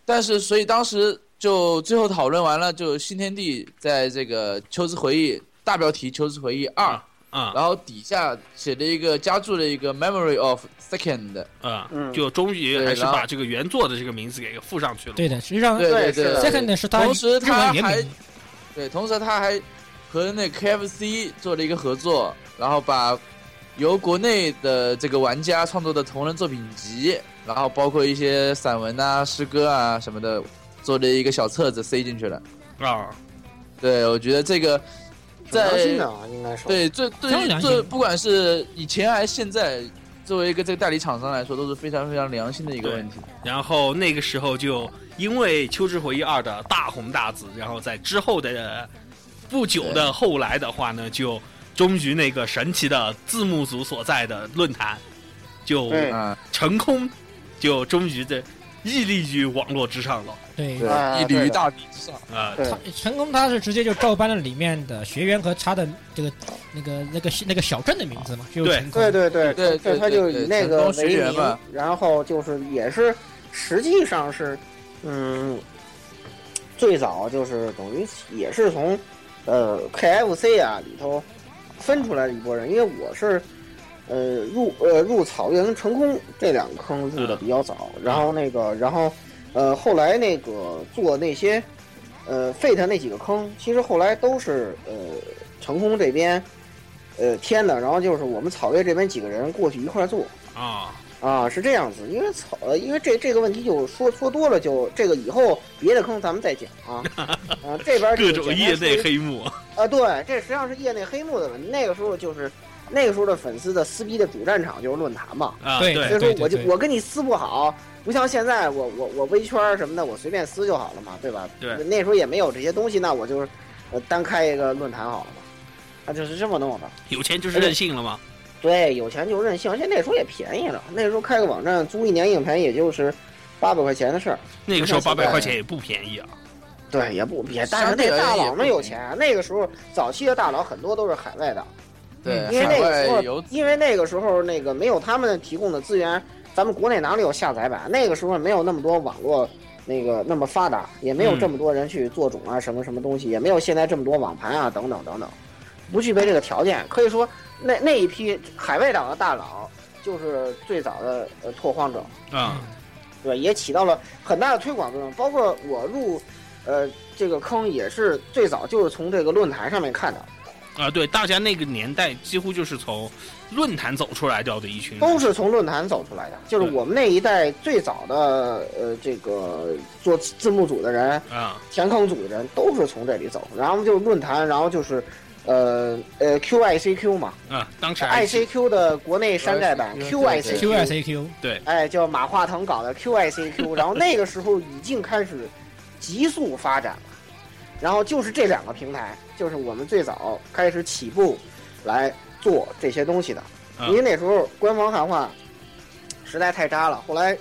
但是所以当时就最后讨论完了，就新天地在这个《秋之回忆》大标题《秋之回忆二》，
啊
然后底下写了一个加注了一个 “Memory of Second”，
啊
嗯，
就终于
对
还是
然后
把这个原作的这个名字给附上去了。
啊对的，实际上
对对
对是的
second 是他
同时
日
他
文原
还
名，
对，同时他还和那 KFC 做了一个合作，然后把由国内的这个玩家创作的同人作品集，然后包括一些散文啊、诗歌啊什么的，做了一个小册子塞进去了。
啊，
对，我觉得这个
很
在
良心的啊，应该说。
对这
非
对
常
于
良
这
心
不管是以前还是现在，作为一个这个代理厂商来说，都是非常非常良心的一个
对
问题。
然后那个时候就因为《秋之回忆二》的大红大紫，然后在之后的不久的后来的话呢，就终于那个神奇的字幕组所在的论坛就
对
啊，
成功，就终于的屹立于网络之上了
对
对，
啊
一
对
驴
的
大敌之上。
啊。
对
他成功他是直接就照搬了里面的学员和他的这个那个那个那个小镇的名字嘛，就
对
成功
对对对这
对对
他
对
就
对
以那
成
个
功学
为
员
名
嘛，
然后就是也是实际上是，嗯，最早就是等于也是从呃 KFC 啊里头分出来的一拨人，因为我是。呃，入呃入草原跟成空这两个坑入的比较早，
嗯
然后那个，然后呃后来那个做那些呃 Fate 那几个坑，其实后来都是呃成空这边呃添的，然后就是我们草月这边几个人过去一块儿做
啊，
啊，是这样子。因为草，呃因为这这个问题就说说多了就，这个以后别的坑咱们再讲
[laughs]
啊。啊，这边就
各种
简单
业
说
内
一
黑幕
啊，对，这实际上是业内黑幕的问题。那个时候就是那个时候的粉丝的撕逼的主战场就是论坛嘛，
啊，
对
所以
对
说我
对
就
对
我跟你撕不好，不像现在我我我微圈儿什么的，我随便撕就好了嘛，对吧？
对
那时候也没有这些东西，那我就是呃单开一个论坛好了嘛，啊，就是这么弄的。
有钱就是任性了嘛。
对，有钱就任性，而且那时候也便宜了，那时候开个网站租一年硬盘也就是八百块钱的事儿。
那个时候八
不
百
像现在
块钱也不便宜啊。
对，也不也，但是
相对
那大
而言也
佬
不
们有
便宜
钱，啊那个时候早期的大佬很多都是海外的，
对，
[laughs] 嗯因为
海
那
外
个时候
游，
因为那个时候那个没有他们提供的资源，咱们国内哪里有下载版？那个时候没有那么多网络那个那么发达，也没有
嗯
这么多人去做种啊，什么什么东西，也没有现在这么多网盘啊，等等等等，不具备这个条件。可以说，那那一批海外岛的大佬就是最早的呃拓荒者，
啊，
对吧，也起到了很大的推广作用。包括我入，呃，这个坑也是最早就是从这个论坛上面看的，
啊，对，大家那个年代几乎就是从论坛走出来掉的一群人，
都是从论坛走出来的。就是我们那一代最早的呃，这个做字幕组的人、
啊，
填坑组的人，都是从这里走。然后就是论坛，然后就是呃呃 QICQ 嘛
啊，当时还是
，ICQ 的国内山寨版
对对
Q S
QICQ，
A Q
哎，叫马化腾搞的 QICQ。然后那个时候已经开始急速发展了。然后就是这两个平台，就是我们最早开始起步来做这些东西的。
嗯
因为那时候官方汉化实在太渣了，后来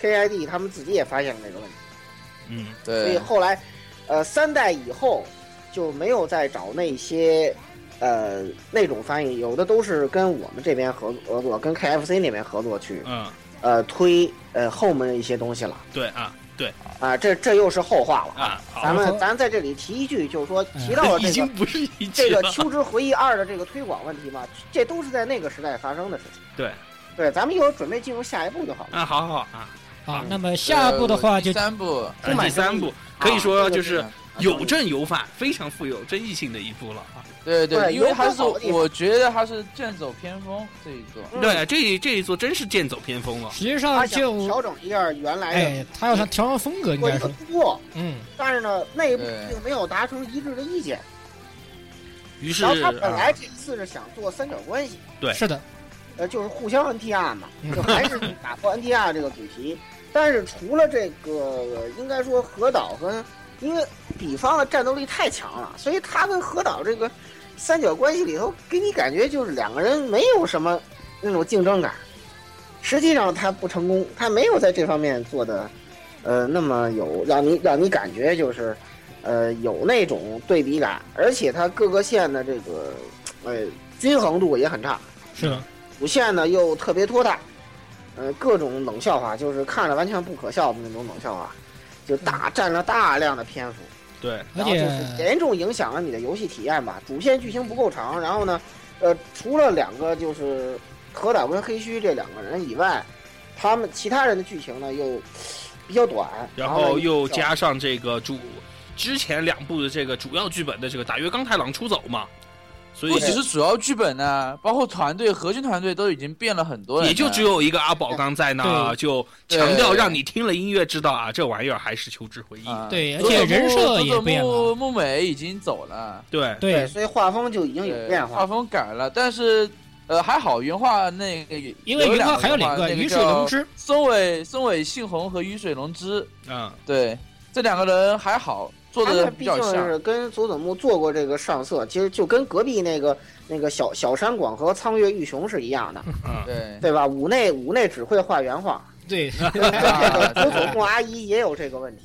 KID 他们自己也发现了这个问题，
嗯，
所以
对，
后来呃三代以后就没有再找那些呃那种翻译，有的都是跟我们这边合合作，跟 KFC 那边合作去
嗯，
呃推呃后面的一些东西了。
对啊，对
啊，这这又是后话了。
啊，好，
咱
然
们
后
咱在这里提一句，就是说提到了
[laughs] 已
这
经
个
不是一期
这个
了。
《秋之回忆二》的这个推广问题嘛，这都是在那个时代发生的事情。
对，
对，咱们一会儿准备进入下一步就好了。
啊，好好好啊，
啊。那么下一步的话就
呃第三部
充
第
满
三
争
部
议
可以说
啊这
就
个
是
啊
有正有反，非常富有争议性的一部了啊。
对
对
因为
有
他
很
是
好的地方
我觉得他是剑走偏锋这一座，
嗯
对，这一这一座真是剑走偏锋了。
实际
他
上
想
就
调整一下原来
哎，他要想调整风格，
的
应
做一
该
个
是
突破，
嗯，
但是呢，内部
对
并没有达成一致的意见。
于是
然后他本
啊
来这次是想做三角关系，
对
是的，
呃，就是互相 NTR 嘛
嗯，
就还是打破 NTR 这个主题。但是除了这个，呃应该说核岛跟因为比方的战斗力太强了，所以他跟核岛这个三角关系里头，给你感觉就是两个人没有什么那种竞争感。实际上他不成功，他没有在这方面做的，呃，那么有让你让你感觉就是，呃，有那种对比感，而且他各个线的这个，呃，均衡度也很差。
是的，
主线呢又特别拖沓，呃，各种冷笑话，就是看着完全不可笑的那种冷笑话，就大占了大量的篇幅，
对
嗯而
然后就是
且
严重影响了你的游戏体验吧。主线剧情不够长，然后呢，呃，除了两个就是何岛跟黑须这两个人以外，他们其他人的剧情呢又比较短，
然
呢
后又加上这个主之前两部的这个主要剧本的这个打月刚太郎出走嘛，所以
不只是主要剧本呢、包括团队核心团队都已经变了很多人了，
也就只有一个阿宝刚在那
对
就强调让你听了音乐知道啊，这玩意儿还是求知回忆。
啊
对
佐佐
而且人
木
设也
佐佐
变了
木木美已经走了，
对
对，
对
所以画风就已经有
对
变
画
化。
风改了，但是呃还好原画那个有
因为
有
云
两
哥还有两
个
个
那
雨水
叫
龙之，
松尾松尾信宏和雨水龙之，
嗯，
对这两个人还好做
他
的
们
比
毕
较
竟
像，
是跟佐佐木做过这个上色，其实就跟隔壁那个那个小小山广和苍月玉雄是一样的。
[laughs]
嗯
对
对吧？五内五内只会画原
[laughs]
画，
对，
这个佐佐
对
木阿姨也有这个问题，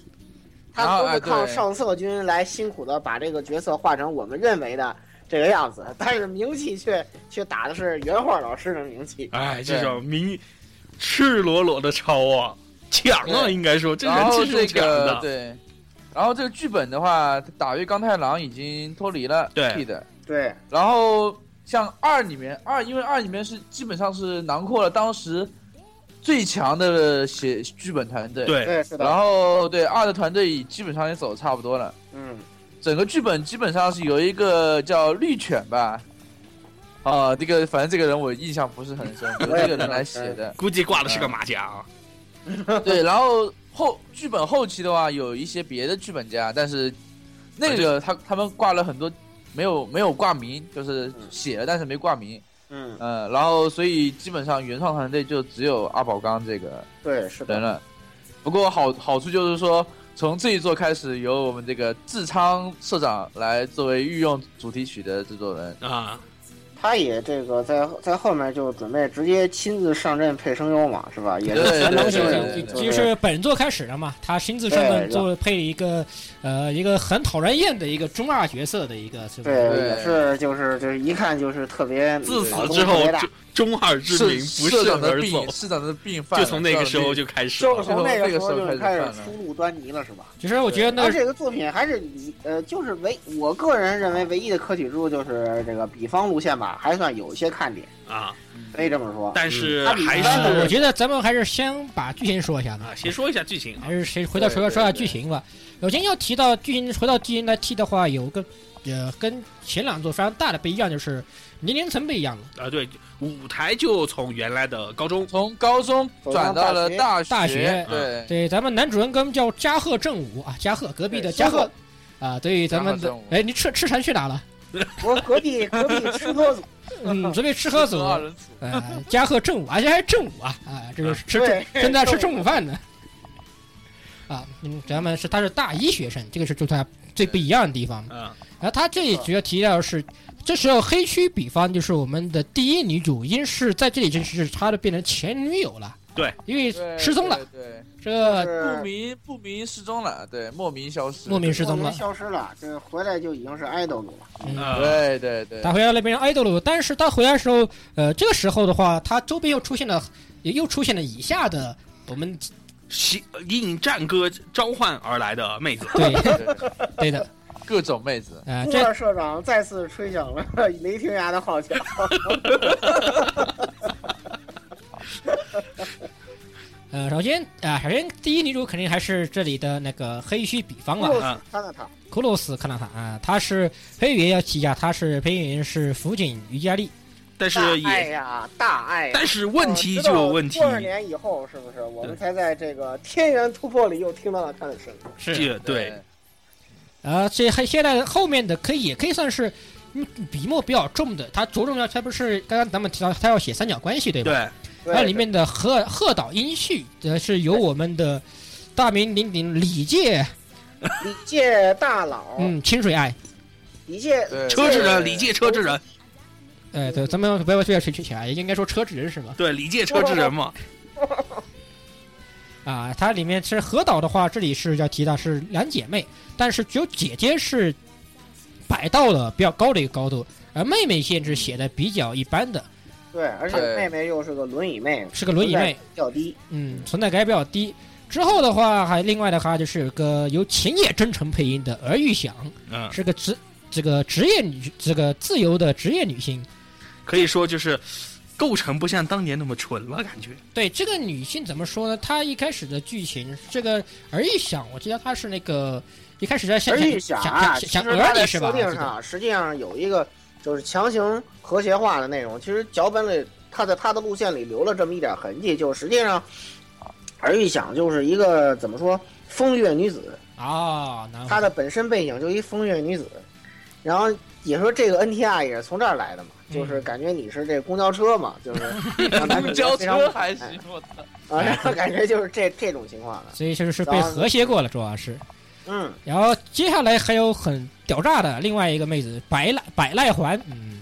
然
她
后
都是
哎
靠
对
上色君来辛苦的把这个角色画成我们认为的这个样子，但是名气却却打的是原画老师的名气。
哎，
对
这种明赤裸裸的抄啊，抢啊，
对
应该说这
然
人
后
气是
这
抢
个
的。
对，然后这个剧本的话，打月刚太郎已经脱离了
对
P 的，
对，
然后像二里面二，因为二里面是基本上是囊括了当时最强的写剧本团队，，
对，
对，是
然
的，
后对二的团队基本上也走得差不多了，
嗯，
整个剧本基本上是有一个叫绿犬吧。啊、这个反正这个人我印象不是很深，由这个人来写的。
估计挂的
嗯
是个马甲啊。
对，然后后剧本后期的话，有一些别的剧本家，但是那
啊
个他他们挂了很多，没有没有挂名，就是
嗯
写了但是没挂名，
嗯，
嗯，然后所以基本上原创团队就只有阿宝刚这个
对，是的，
人了。不过好好处就是说，从这一座开始，由我们这个志昌社长来作为御用主题曲的制作人。
啊，
他也这个在在后面就准备直接亲自上阵配声优嘛，是吧？也
对
是
对
全能
对
型
对
人
对
物，
对
就
就是是本作开始了嘛，他亲自上
对
任做配一个呃一个很讨人厌的一个中二角色的一个，是吧
对，
对
也是就是就是一看就是特别
自
脑
此
洞
之
特
后
别大，
中中二之名不
社
胫
长的
而走
病，，社长的病犯
就
了，
从那个时候就开始
就
了
是。从那个时
这个时候
候就
开始
开始
看了
初露端倪了，是吧？
其实我觉得那
而这个作品还是以呃，就是唯我个人认为唯一的可取之处就是这个比方路线吧，还算有一些看点，
啊，
嗯
可以这么说。
但是还
呃，我
是
觉得咱们还是先把剧情说一下吧
啊，。先说一下剧情啊
还，是谁回到说说
对对
下
对
剧情吧。首先要提到剧情，回到剧情来踢的话，有个呃跟前两座非常大的不一样，就是年龄层不一样了。
啊，对，舞台就从原来的高中
从高中转到了大学，
大学啊
对，
对，咱们男主人公叫加贺正武啊，加贺隔壁的
对
加
加贺
贺啊，对于咱们
加贺
的
正武
哎，你赤赤城去
[laughs]
哪了？
我隔壁隔壁吃喝组，
嗯，准备吃
吃
喝组。
二人组，
呃，加贺正午，而且还是正午啊啊，这个是吃正
对
正在吃正午饭呢。啊，嗯，咱们是他是大一学生，这个是就他最不一样的地方。
啊，
然后他这里主要提到的是，这时候黑区比方就是我们的第一女主因是在这里就是她的变成前女友了，
对，
因为
对
失踪了，，
对，
这
就
个
对不
是
明不明失踪了，对，莫名消失，
莫名失
莫
踪
名
了。
消失了，这回来就已经是 idol 了。
嗯，
呃，
对对对，
他回来了变成 idol 了，但是他回来的时候，呃，这个时候的话，他周边又出现了，又出现了以下的我们
吸引战歌召唤而来的妹子。
[laughs]
对
对
对的，
各种妹子，
啊、
孤
这
二社长再次吹响了 [laughs] 雷霆牙的号角。
呃，首先啊、首先第一女主肯定还是这里的那个黑须比方
库
了，
鲁 [laughs]
啊
斯看看他，
库鲁斯看到他啊，他是配音员要提一下，他是配音员是福井瑜伽利，
但
大
是
爱
也，
呀，大爱呀。
但是问题就有问题
多，少年以后，是不是我们才在这个天元突破里又听到了他的声音？
是
这对，
啊，这还现在后面的可以也可以算是嗯笔墨比较重的，他着重要他不是刚刚咱们提到他要写三角关系对吧？
对
对
那里面的贺贺岛英绪，则是由我们的大名鼎鼎李界，
李界大佬，
嗯，清水爱，
李界
对
车之人，李界车之人，
哎，对，咱们不要不要去去啊，应该说车之人是吗？
对李界车之人嘛，
啊，它里面其实河岛的话，这里是要提到是两姐妹，但是只有姐姐是摆到了比较高的一个高度，而妹妹限制写的比较一般的，
对，而且妹妹又是个轮椅妹，
是个轮椅妹，
比较低。
嗯，存在感比较低。之后的话，还另外的话就是有个由浅野真诚配音的儿玉响，
嗯，
是个职这个职业女，这个自由的职业女性。
可以说就是构成不像当年那么纯了，感觉。
对这个女性怎么说呢？她一开始的剧情，这个儿玉响，我记得她是那个一开始在想
而且
想
啊，
想
其
想
实他
儿
在
你是
设
吧？
定上实际上有一个就是强行和谐化的内容。其实脚本里他在他的路线里留了这么一点痕迹，就实际上而玉想就是一个怎么说风月女子，
啊，
嗯
难
她的本身背景就一风月女子，然后。也说这个 NTR 也是从这儿来的嘛，
嗯
就是感觉你是这公交车嘛，
[laughs]
就是让男主
公
角
交
非常
车还行，我操，
啊，然后感觉就是这这种情况的，
所以就是是被和谐过了，主要是。
嗯，
然后接下来还有很屌炸的另外一个妹子白赖白赖环，嗯，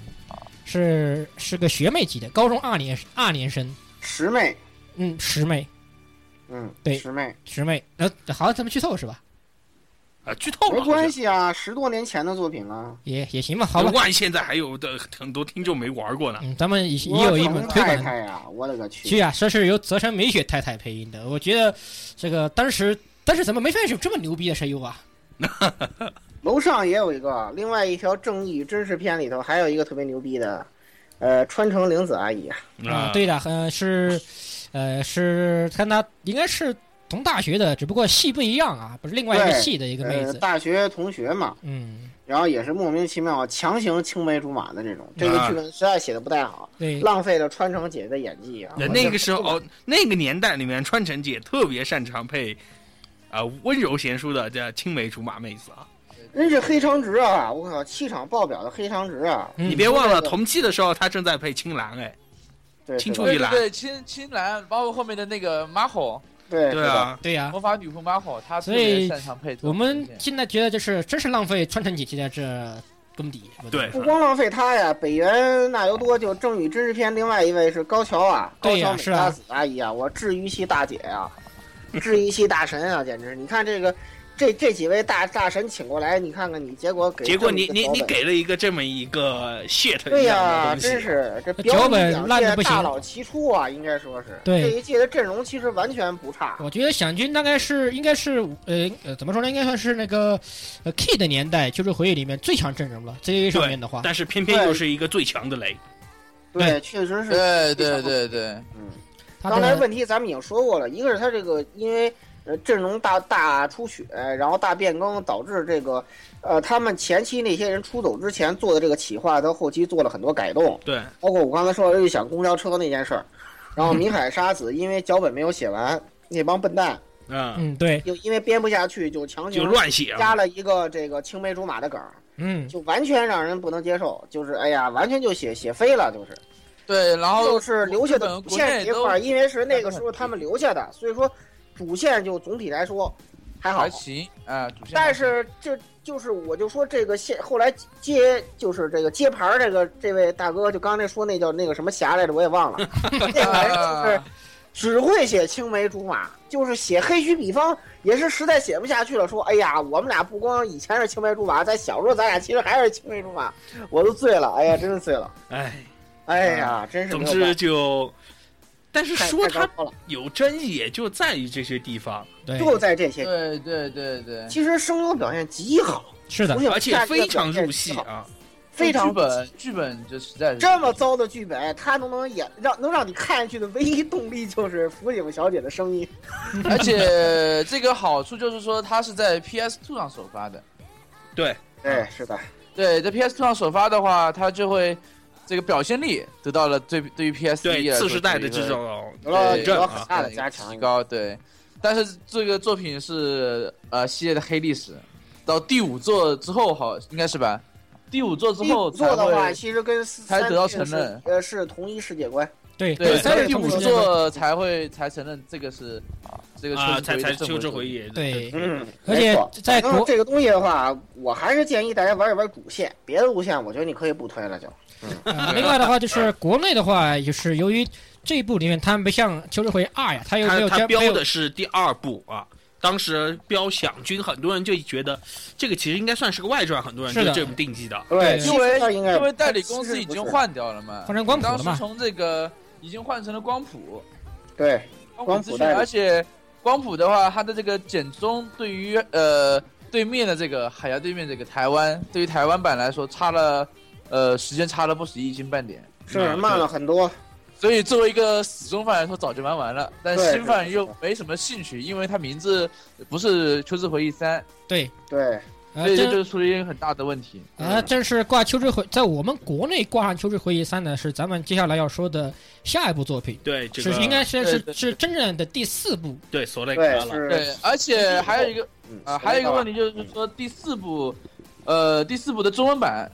是是个学妹级的，高中二年二年生，
师妹，
嗯，师妹
嗯，
对
师妹
师妹，呃，好像咱们剧透是吧？
啊，剧
哦
透
没
了，
关系啊，十多年前的作品了，
也也行吧，好
好像，
吧，
万一现在还有的很多听众没玩过呢。
嗯，咱们也也
我
有一
怎么
本推
太
广
太呀，我勒个去，
剧啊，这是由泽城美雪太太配音的，我觉得这个当时当时怎么没发现有这么牛逼的声优啊？
楼上也有一个，另外一条正义真实片里头还有一个特别牛逼的，呃，川城玲子阿姨，
啊，对的，嗯、是，呃，是看她应该是同大学的，只不过系不一样啊，不是另外一个
对
系的一个妹
呃，
子。
大学同学嘛，
嗯，
然后也是莫名其妙强行青梅竹马的这种，这个
啊哎
剧本实在写的不太好，
对，
浪费了川城姐的演技啊，
那那个时候，哦，那个年代里面，川城姐特别擅长配，啊、温柔贤淑的这青梅竹马妹子啊。
真是黑长直啊，我靠，气场爆表的黑长直啊，
嗯
你别忘了，同期的时候她正在配青兰，哎，
对，
清楚
对
对对对，青青兰，包括后面的那个马吼，
对
对
是的
啊，
对呀、
魔法女仆马吼，她特
所以
别擅长配图。
我们现在觉得就是真是浪费川城姐姐的这功底。我觉得
对
不光浪费他呀，北原那由多就《正与真实篇》，另外一位是高桥啊，高
对
桥
呀
美
是啊
沙子阿姨啊，我治愈系大姐啊
[laughs]
呀、治愈系大神啊，简直！你看这个，这这几位大大神请过来，你看看你，结果给
结果
这么
你
一个
你
脚
你
本
给了一个这么一个 shit
对
[laughs] 一
呀、
样的东西
真是这
脚
标
本
准
烂得不行
大佬齐出啊，应该说是
对
这一届的阵容其实完全不差，
我觉得响君大概是应该是呃呃怎么说呢？应该算是那个呃 K 的年代《就是回忆》里面最强阵容了。CAA 上面的话，
但是偏偏又是一个最强的雷，
对
对，确实是。
对对对对，
嗯，
他
刚才
的
问题咱们已经说过了，一个是他这个因为呃阵容大大出血，然后大变更，导致这个呃他们前期那些人出走之前做的这个企划，到后期做了很多改动，
对，
包括我刚才说的预想公交车那件事儿，然后米凯沙子因为脚本没有写完，那帮笨蛋
嗯，
嗯对
又因为编不下去就强
就
行
乱写
加
啊，
了一个这个青梅竹马的梗儿，
嗯
就完全让人不能接受，就是哎呀，完全就写写飞了，就是。
对，然后
就是留下的
哦
主
日本国内
线这一
都
块儿，因为是那个时候他们留下的，所以说主线就总体来说还好
还。行啊，主线
但是这就是我就说这个线后来接就是这个接盘儿这个这位大哥，就刚才说那叫那个什么侠来着，我也忘
[laughs]
了。 [laughs] 那个人
啊
就是只会写青梅竹马，就是写黑须比方也是实在写不下去了，说哎呀，我们俩不光以前是青梅竹马，在小时候咱俩其实还是青梅竹马，我都醉了，哎呀，真是醉了，
哎，
哎呀，真是
总
没有办法。
之就但是
太
说它
太糟糕了，
有争议，也就在于这些地方，
对，
就在这些。
对对对对，
其实声优表现极好，
是的
吴，晓
而且
夏这个
非常
表现
入戏
极好，
啊。
非常
剧本剧本就实在是
这么糟的剧本，他都能演，让能让你看下去的唯一动力就是福井小姐的声音。
啊而且这个好处就是说，它是在 PS Two 上首发的。
对，
对，是的，
对，在 PS Two 上首发的话，它就会这个表现力得到了对对于 PS
对，次世代的这
种
种啊
有了
对
有
这
了很大的加强
提。高。对，但是这个作品是呃系列的黑历史，到第五作之后好应该是吧？第五作之
第
后
五
才
座的话，
会
其实跟四
才
三
得到
是
承认
呃，是同一世界观。
对
对，
三
到
是
第
同
五
时间的，
作才会才承认这个是这个
啊，才才
秋
秋
之
之
回
回
忆。
忆，
对，
嗯，
而且
没错
在
反正
国
这个东西的话，我还是建议大家玩一玩主线，别的路线我觉得你可以不推了就。
呃另外的话就是国内的话，就是由于这一部里面它没像《秋之回二》呀，它又没
他
有
他
加没
标
有
的是第二部啊。当时标响军，很多人就觉得这个其实应该算是个外传，很多人
是
就
的
这么定义的。
对
哎其
因
实
为
它应该
因为代理公司已经换掉了嘛，
换成光谱
当
了
时
嘛？
从这个已经换成了光谱，
对
光资
光谱
讯，
代理
而且光谱的话，它的这个简中对于呃对面的这个海峡对面这个台湾，对于台湾版来说差了呃时间差了不止一斤半点，嗯
是慢了很多。
所以作为一个死忠fan 来说早就玩完了，但
对
新
是
番
的
又
是的
没什么兴趣，因为它名字不是《秋之回忆三
对，》，
对，
呃
所以这
真
就是出了一个很大的问题。
啊，
嗯
正是挂《秋之回》在我们国内挂上《秋之回忆三》呢，是咱们接下来要说的下一部作品，
对，这
是
个
应该是
对对
是是真正的第四部。
对索雷克
对
了。
是。
对，而且还有一个
嗯
啊，还有一个问题就是说，第四部，呃，第四部的中文版，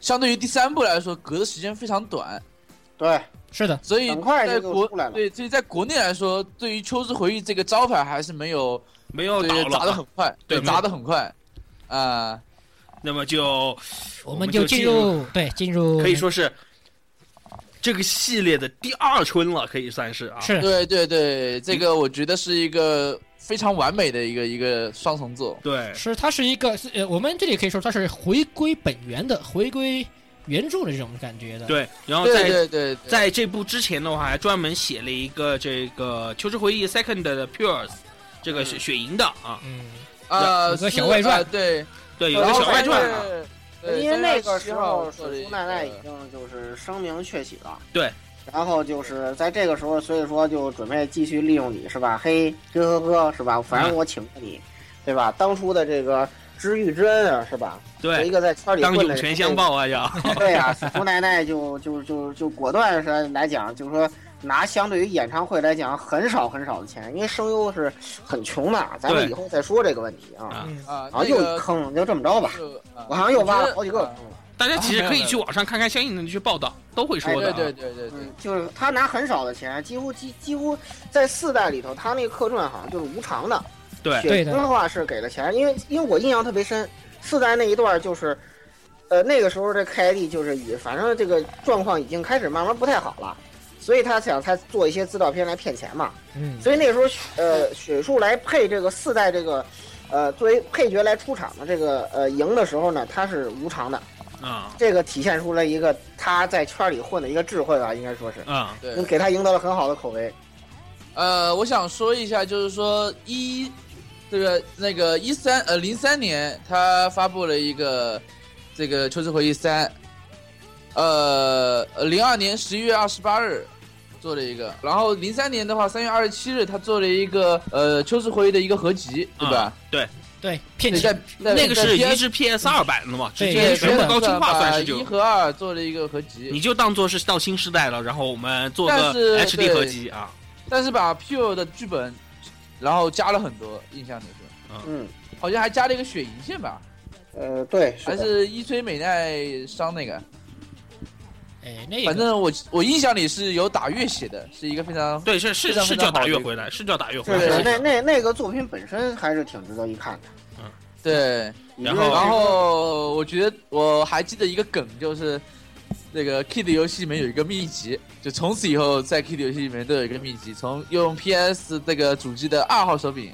相对于第三部来说，隔的时间非常短，
对，
是的，
所以
很快
在
这就
国
出来了
对，所以在国内来说，对于《秋之回忆》这个招牌还是没有
没有
对
倒
砸的
了
很，快，
对没有
砸的很快，
[laughs]
啊，
那么就
我
们
们
就
就
进
进
入啊
入对进入
可以说是这个系列的第二春了，可以算是啊。
是
对对对，这个我觉得是一个非常完美的一个一个双重奏，
对，
是它是一个是呃，我们这里可以说它是回归本源的，回归原著的这种感觉的。
对，然后
对
在
对对，对
在这部之前的话，还专门写了一个这个《秋之回忆》Second 的 Pures，这
嗯
个雪雪莹的啊，
嗯，
啊，
有个
是
小外传
啊对，
对，有个小外传啊，
啊，对
因为那个
3月
时
7号
候
做了
水
一
木奈奈
个
已经就是声名鹊起了。
对。
然后就是在这个时候，所以说就准备继续利用你是吧？嘿，呵呵呵是吧？反正我请了你，对吧？当初的这个知遇之恩啊，是吧？一
对，
个在圈里
当
混
涌
的
泉
人
相报啊要，
[laughs]
[laughs] 对呀、水木奈奈就就就就果断是来讲，就是说拿相对于演唱会来讲很少很少的钱，因为声优是很穷的，咱们
对
以后再说这个问题啊。
啊
嗯
啊，
啊，
那
又
个啊
一坑，就这么着吧。
就啊
我好像又挖了好几个
我
坑
觉得呃
了。
大家其实可以去
啊
网上看看相应的那些报道，都会说的
对
啊。
哎对对对对
嗯，就是他拿很少的钱，几乎几几乎在四代里头，他那个客串好像就是无偿的。
对
雪
对
村
的
的话是给了钱，因为因为我印象特别深，四代那一段就是，呃，那个时候这 KID 就是以反正这个状况已经开始慢慢不太好了，所以他想他做一些资料片来骗钱嘛。
嗯，
所以那个时候，呃，雪树来配这个四代这个，呃，作为配角来出场的这个呃赢的时候呢，他是无偿的，
啊
这个体现出了一个他在圈里混的一个智慧吧，应该说是。
啊，
对
嗯，给他赢得了很好的口碑。
呃，我想说一下，就是说一这个那个一三呃零三年，他发布了一个这个《秋之回忆三》，呃，零二年十一月二十八日做了一个，然后零三年的话，三月二十七日他做了一个呃《秋之回忆》的一个合集，对吧？
对，
对骗
对
钱
嗯
在在
那个
在
是移
PS
植 PS 二版的嘛，直
对
接
对
全部高清化算是
一
就，
和二做了一个合集，
你就当做是到新时代了，然后我们做
但是
个 HD
对
合集啊。
但是把 Pure 的剧本，然后加了很多，印象里是，
嗯，
好像还加了一个雪银线吧，
呃，对，是
还
的
是伊吹美奈伤那个，
哎，那
反
个
正我我印象里是有打越写的，是一个非常
对，是是
非常
是
非常
叫打
好的
月
一个
回来，是叫打月回
是的
来。
那那那个作品本身还是挺值得一看的。哦
对，
然后
然后我觉得我还记得一个梗就是。那个 Kid 游戏里面有一个秘籍，就从此以后在 Kid 游戏里面都有一个秘籍，从用 PS 这个主机的二号手柄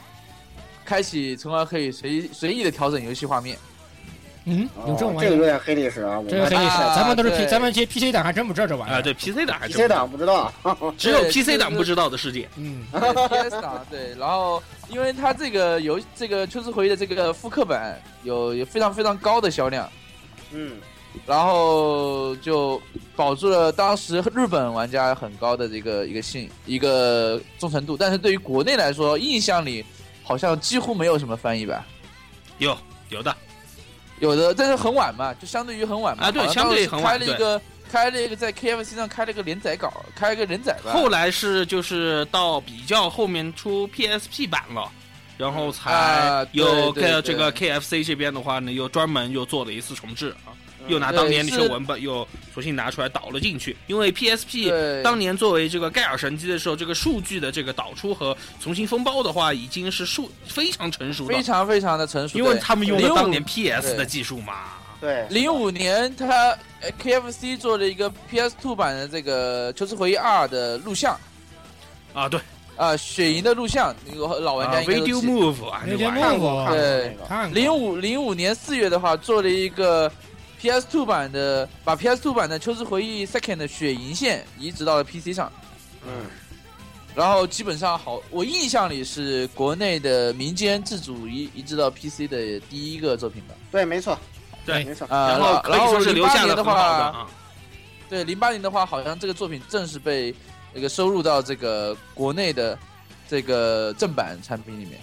开启，从而可以随随意的调整游戏画面。
嗯，有这种
哦
玩
这
意
个有
儿，
点黑历史啊，我
这个
们
黑历史，
啊
咱们都是 P，
对
咱们这 PC 党还真不知道这玩意
啊，
儿。
对 PC 党还真
PC 党不知道，
只有
对
PC
就
党
是
不知道的世界，
嗯，
PS 档对，然后因为它这个游这个《秋之回忆》的这个复刻版有有非常非常高的销量，
嗯，
然后就保住了当时日本玩家很高的这个一个信一个忠诚度，但是对于国内来说，印象里好像几乎没有什么翻译版，
有有的，
有的但是很晚嘛，就相对于很晚嘛，
啊对
好像
相对于
当
很
时
晚
开了一个开了一个在 KFC 上开了一个连载稿，开了一个连载吧，
后来是就是到比较后面出 PSP 版了，然后才
啊
有
对对
K 这个
对
KFC 这边的话呢，又专门又做了一次重置啊，
嗯
又拿当年的一
对
些
是
文本又索性拿出来导了进去，因为 PSP
对
当年作为这个盖尔神机的时候，这个数据的这个导出和重新封包的话，已经是数非常成熟的
非，常非常的成熟，
因为
对
他们用了
05
当年 PS
对
的技术嘛。
对，
零五年，他呃 KFC 做了一个 PS2 版的这个《求职回忆二》的录像
啊，对，
啊、雪莹的录像，那个老玩
啊
哦家应该都
Video
记得。
Move 啊，那
Video
玩
Move
意儿
看过看过
对
那个，
看过
零五零五年四月的话，做了一个 PS2 版的，把 PS2 版的《求职回忆 Second》的雪莹线移植到了 PC 上，
嗯，
然后基本上好，我印象里是国内的民间自主移移植到 PC 的第一个作品吧。
对，没错，
对
没错，
啊、
然后可以说是留下
08
了
年
很
的
好的
话，
啊，
对，零八年的话，好像这个作品正式被那个收入到这个国内的这个正版产品里面，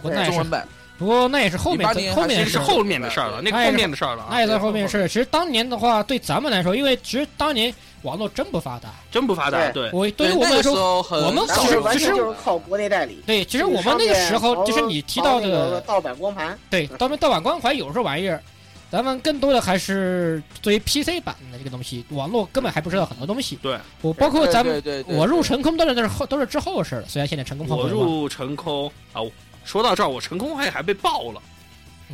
不过那也
中文
是，
版。
不过那也是后面
08年
后
那
面
还
的
哎是
事儿
后面的事儿了，那个后面的事儿了
那
啊，
也在后面是。其实当年的话，对咱们来说，因为其实当年网络真不发达，
真不发达，对，
我对于我
那
们来
个时
说，
候很，
我们
当
其
时
实
完
其
全
实
就是靠国内代理。
对，其实我们那个时候就是你提到
那个
的，
盗版光盘，
对，盗版盗版光环有这玩意儿，咱们更多的还是对于 PC 版的这个东西，网络根本还不知道很多东西。
对，
我包括咱们，
对对对
我入成空都是都是后都是之后的事儿了，虽然现在成功放
我
回了嘛，
入成空啊。我说到这儿，我成空还还被爆了，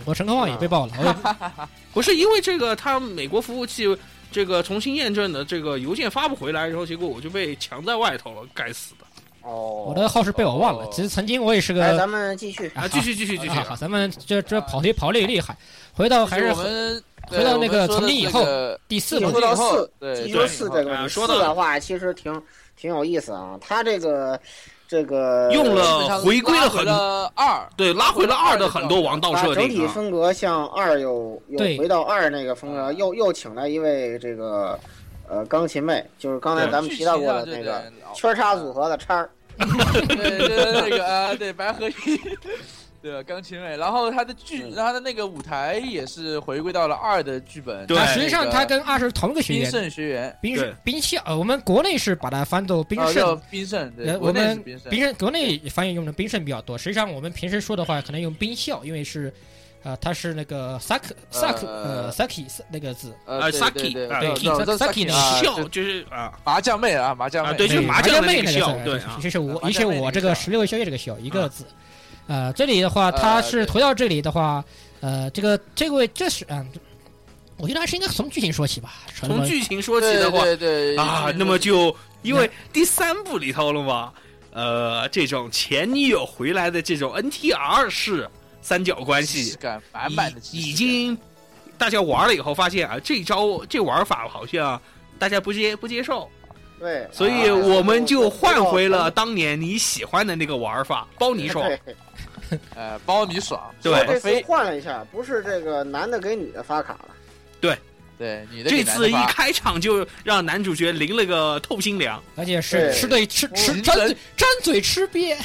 我成功网也被爆了，
啊
我
不是因为这个，他美国服务器这个重新验证的这个邮件发不回来，然后结果我就被强在外头了，该死的！
哦，
我的号是被我忘了。其实曾经我也是
来，
个
哎咱们继续。
哦啊，继续继续继续
好，好，咱们这这跑题跑的也厉害，回到还是
我们
回到那个从今
今
以后第四
继
部
续
说
到
到
四
四，对，
一
对
说四这个问
啊
题，
说
四
到
的话其实挺挺有意思啊，他这个这个
用
基本
了
上
哦回归
拉
了
回
很
了二，
对拉回了二的很多王道
把
设
整
定
体
啊，
风格向二有有
对
回到二那个风格，又又请来一位这个呃钢琴妹，就是刚才
对
咱们提到过的
剧
那
情啊
个
上
圈叉组，合的叉儿，
对对对对，那个啊，对白合一。对，钢琴美，然后他的剧，
嗯
他的那个舞台也是回归到了二的剧本。
对
啊，
那
实际上
个
他跟二是同一个学
冰
员，
圣学员，
冰
对
冰器呃，我们国内是把它翻作冰
啊叫
圣，
冰圣，对，
呃
国
我
内是
们
冰圣，
冰圣国内翻译用的冰圣比较多。实际上我们平时说的话，可能用冰笑，因为是，呃，它是那个 sak sak 呃
呃
saki 那个字，
啊
呃
，Saki，
对
啊
对
对
对
，Saki，
Saki
啊
笑就是啊，
麻将妹啊，麻将
啊
妹，
对就是
对
麻
将
将
妹
那个
那
笑
字
对
这
啊
是这是我，
麻
也是
将妹那
我
个
这个
笑
十六宵夜这个笑一个
啊
字。呃，这里的话，它
呃
是
对
回到这里的话，呃，这个这位这是嗯，我觉得还是应该从剧情说起吧，传
从
闻
剧情说起
对
的话，
对对
啊，那么就因为第三部里头了嘛，呃，这种前女友回来的这种 NTR 式三角关
即
系
视，感满满的即视
已
感
已经大家玩了以后发现啊，这招这玩法好像大家不接不接受，
对，
所以
啊
我们就换回了当年你喜欢的那个玩法，包你手。
对
呃包你爽，
对
爽
这
得
次
飞，
换了一下，不是这个男的给女的发卡了，
对女的
这
给男的
次一
发
开场就让男主角淋了个透心凉，
而且是
对
吃对吃吃
我
张嘴张嘴吃瘪，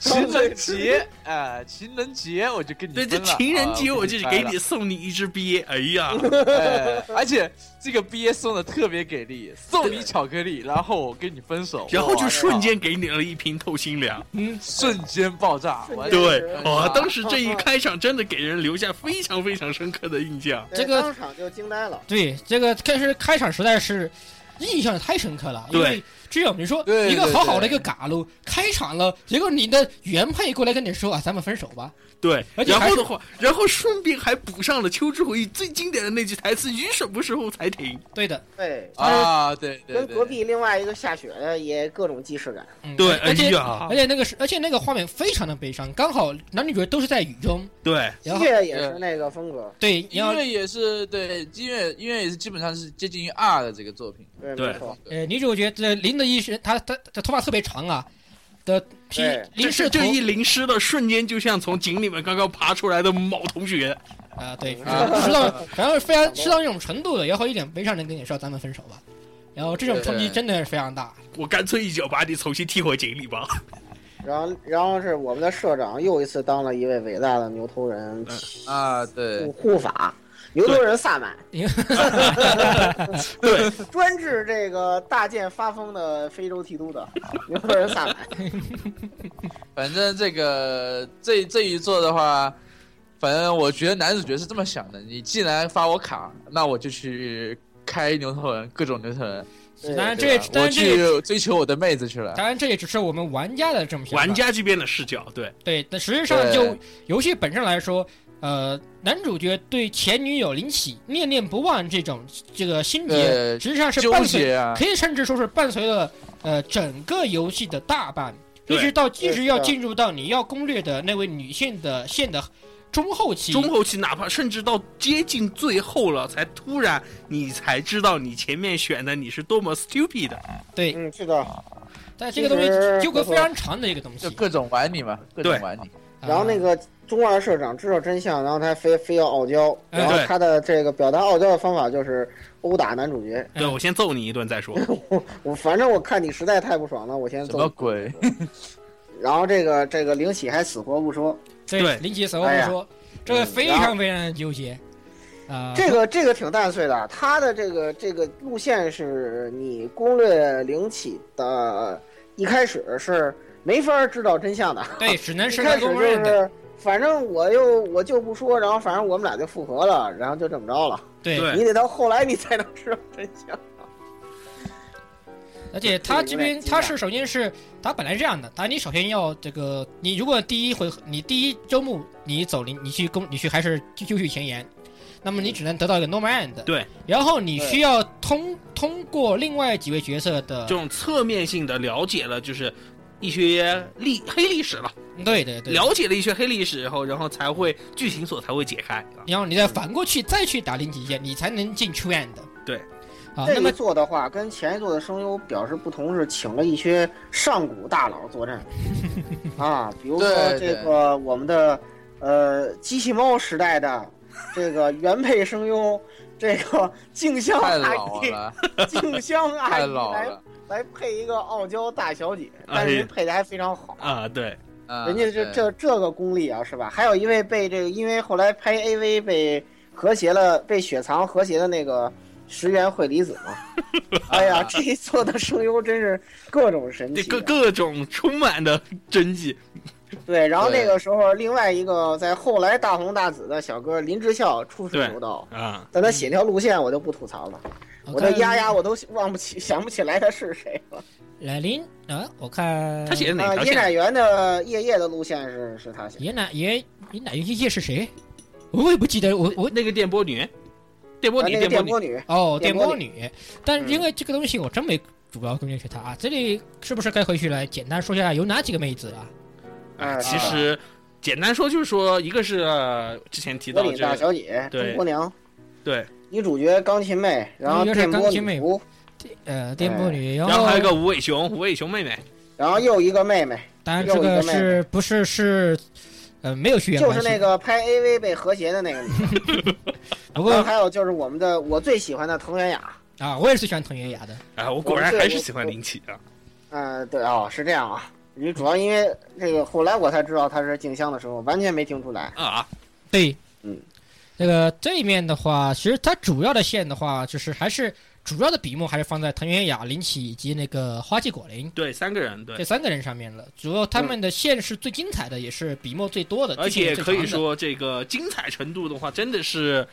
情人节 [laughs] 啊，情人节我就跟你
对，
分
这
了
情人节
啊
我
我
就是
掰
给
了
你送你一只鳖，哎呀，
[laughs] 哎而且这个毕业送的特别给力，送你巧克力，然后我跟你分手，
然后就
哇
瞬间给你了一瓶透心凉。
[laughs]
嗯，
瞬间爆炸，
瞬
完
间
对
是，
哇、
啊
当时这
[laughs]
一开场真的给人留下非常非常深刻的印象。
对
这个
当场就惊呆了。
对，这个开始开场实在是，印象太深刻了。因为
对
这种你说
对
一个
对
好好的
对
一个嘎撸开场了，结果你的原配过来跟你说啊，咱们分手吧。
对，
而且
然
还
后
是
的话，然后顺便还补上了秋之回忆最经典的那句台词：“雨什么时候才停
对的，
对，
啊，对对
跟
对，
隔壁另外一个下雪的也各种既视感。
嗯、
对
而且
哎呀
而且那个是，而且那个画面非常的悲伤，刚好男女主角都是在雨中，？”
对，
然
音
后
乐也是那个风格，
对，
音
然后
乐也是对音乐，音乐也是基本上是接近于 R 的这个作品。
对，
对
没错，
呃，女主角这淋的一身，她她她头发特别长啊，的披
对
淋
这
湿头
这一淋湿的瞬间，就像从井里面刚刚爬出来的某同学。
啊，对，
啊
是到然后非常是到那种程度的，然后一脸悲伤的跟你说咱们分手吧，然后这种冲击
对
真的是非常大。
我干脆一脚把你重新踢回井里吧。
然后然后是我们的社长又一次当了一位伟大的牛头人
啊，对
护，
哦
护法，牛头人萨满，
对，
专治这个大剑发疯的非洲提督的牛头人萨满。
反正这个这这一座的话，反正我觉得男主角是这么想的：你既然发我卡，那我就去开牛头人，各种牛头人，
对
当然这
对
也
吧，
当
我
然这也
去追求我的妹子去了。
当然这也只是我们玩家的这么想法
玩家这边的视角，对
对，但实际上就
对
游戏本身来说，呃，男主角对前女友林启念念不忘这种这个心结，
对
实际上是
纠
伴随，
结啊，
可以甚至说是伴随了呃整个游戏的大半，一
对
直到一直
对
要
是的
进入到你要攻略的那位女性的线的中后期，
中后期，哪怕甚至到接近最后了，才突然你才知道你前面选的你是多么 stupid 的。
对，
嗯，是的。
但这个东西
其实
纠葛非常长的一个东西
就。各种玩你嘛，各种
对
玩你。
啊
然后那个中二社长知道真相，然后他非非要傲娇，
哎
然后
对
他的这个表达傲娇的方法就是殴打男主
嗯
角。
对我先揍你一顿再说。
我反正我看你实在太不爽了，我先
什么
揍。
[laughs]
鬼？
然后这个这个灵喜还死活不说，
对
对
啊林奇死后
哎呀
说，这个
嗯
非
然后
常非常的纠结啊，
这个这个挺淡碎的。他的这个这个路线是你攻略灵起的，一开始是没法知道真相的，
[laughs] 对，只能
一
是
开
个
始就
公认的，
是。反正我又我就不说，然后反正我们俩就复合了，然后就这么着了。
对
对
你得到后来你才能知道真相。
而且他这边他是首先是他本来这样的，他你首先要这个，你如果第一回合你第一周目你走你你去攻你去还是继继续前沿，那么你只能得到一个 normal end。
对，
然后你需要通通过另外几位角色的
这，种侧面性的了解了，就是一些历黑历史了，
对对对，
了解了一些黑历史以后，然后才会剧情所才会解开。啊
然后你再反过去再去打零极限，你才能进 true end。
对，
啊，
这
那么
一座的话，跟前一座的声优表示不同是，请了一些上古大佬
[laughs]
作战啊，比如说
对
这
对
个我们的呃机器猫时代的这个原配声优，这个静香
太
阿
老
哎
姨，
了，
静香阿
太
姨
老
来
了
来配一个傲娇大小姐，
哎
但是人配的还非常好。
啊，对，
啊！
人家这
对
这这个功力啊，是吧？还有一位被这个，因为后来拍 AV 被和谐了，被雪藏和谐的那个石原惠里子嘛。哎呀，这一座的声优真是各种神
这
奇
各
啊。
各种充满的真迹。
对，然后
对
那个时候，另外一个在后来大红大紫的小哥林之孝出师有道，
啊，
但他写条路线我就不吐槽了，我的
看
丫丫我都忘不起，想不起来他是谁了。
来临啊，我看
他写的哪
啊，
条
叶
线？
乃元的夜夜的路线是是他写的，
爷奶爷爷奶爷爷是谁？我也不记得，我我
那个电波女，电波
啊
女，
那
波
个电
女
波，女，
哦，电
电嗯
波
波
女，但因为这个东西我真没主要攻略是她啊，这里是不是该回去来简单说一下有哪几个妹子啊？
啊，
其实简单说就是说，一个是呃之前提
格
到
里
这
大
个，
小姐，
对
中国娘。
对，
女主角钢琴妹，然后
女主角是
电波
钢琴妹
女仆，哎
呃，电波女，然
然后
后
还有个无尾熊，无尾熊妹妹，
然后又一个妹妹，
当然
又
这
有一
个
个妹
是不是是呃没有血缘
就
关
是
系
那，个拍 AV 被和谐的那个
[laughs]
女的。
不
然
过
后还有就是我们的我最喜欢的藤原雅，
啊，我也是喜欢藤原雅的，
啊，我果然还是喜欢林奇啊，
嗯、对哦，是这样啊。你主要因为这个，后来我才知道她是静香的时候，完全没听出来。
啊，
对，
嗯，
那个这一面的话，其实它主要的线的话，就是还是主要的笔墨还是放在藤原雅、林启以及那个花季果林。
对，三个人
这
对，
三个人上面了，主要他们的线是最精彩的，也是笔墨最多的，
而
剧情也
且
最
可以
长的
说这个精彩程度的话，真的是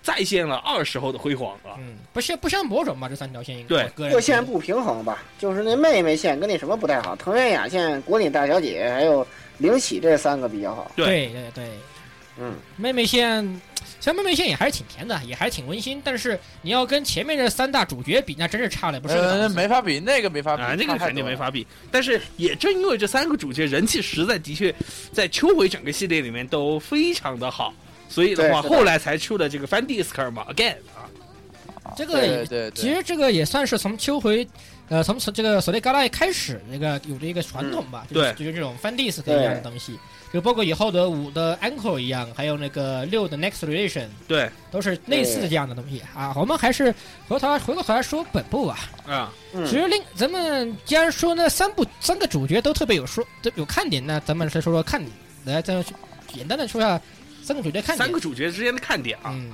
再现了二时候的辉煌啊。
嗯，不像不像魔种吧？这三条线应该
对
我个人
各线
觉得
不平衡吧，就是那妹妹线跟那什么不太好，藤原雅线、国岭大小姐还有灵喜这三个比较好。
对
对对对，
嗯，
妹妹线，虽然妹妹线也还是挺甜的，也还是挺温馨，但是你要跟前面这三大主角比，那真是差了不是个档
呃，
次。
没法比，那个没法比，
啊，那
差
个
太
肯定
多
没
了
法比。但是也正因为这三个主角人气实在的确在秋回整个系列里面都非常的好，所以的话
对是的
后来才出了这个 Fan Disc 嘛 Again 啊，
这个
对
也
对对，
其实这个也算是从秋回，呃，从从这个索雷嘎拉开始，那个有的一个传统吧，就是
嗯对
就是这种 fan disc 一样的东西，就包括以后的五的 anchor 一样，还有那个六的 next relation
对
都是类似的这样的东西啊。我们还是回头回过头来说本部吧。
啊，
嗯
其实另咱们既然说那三部三个主角都特别有说都有看点，那咱们再说说看点，来再简单的说一下三个主角看点
三。个主角之间的看点
啊
啊，
嗯，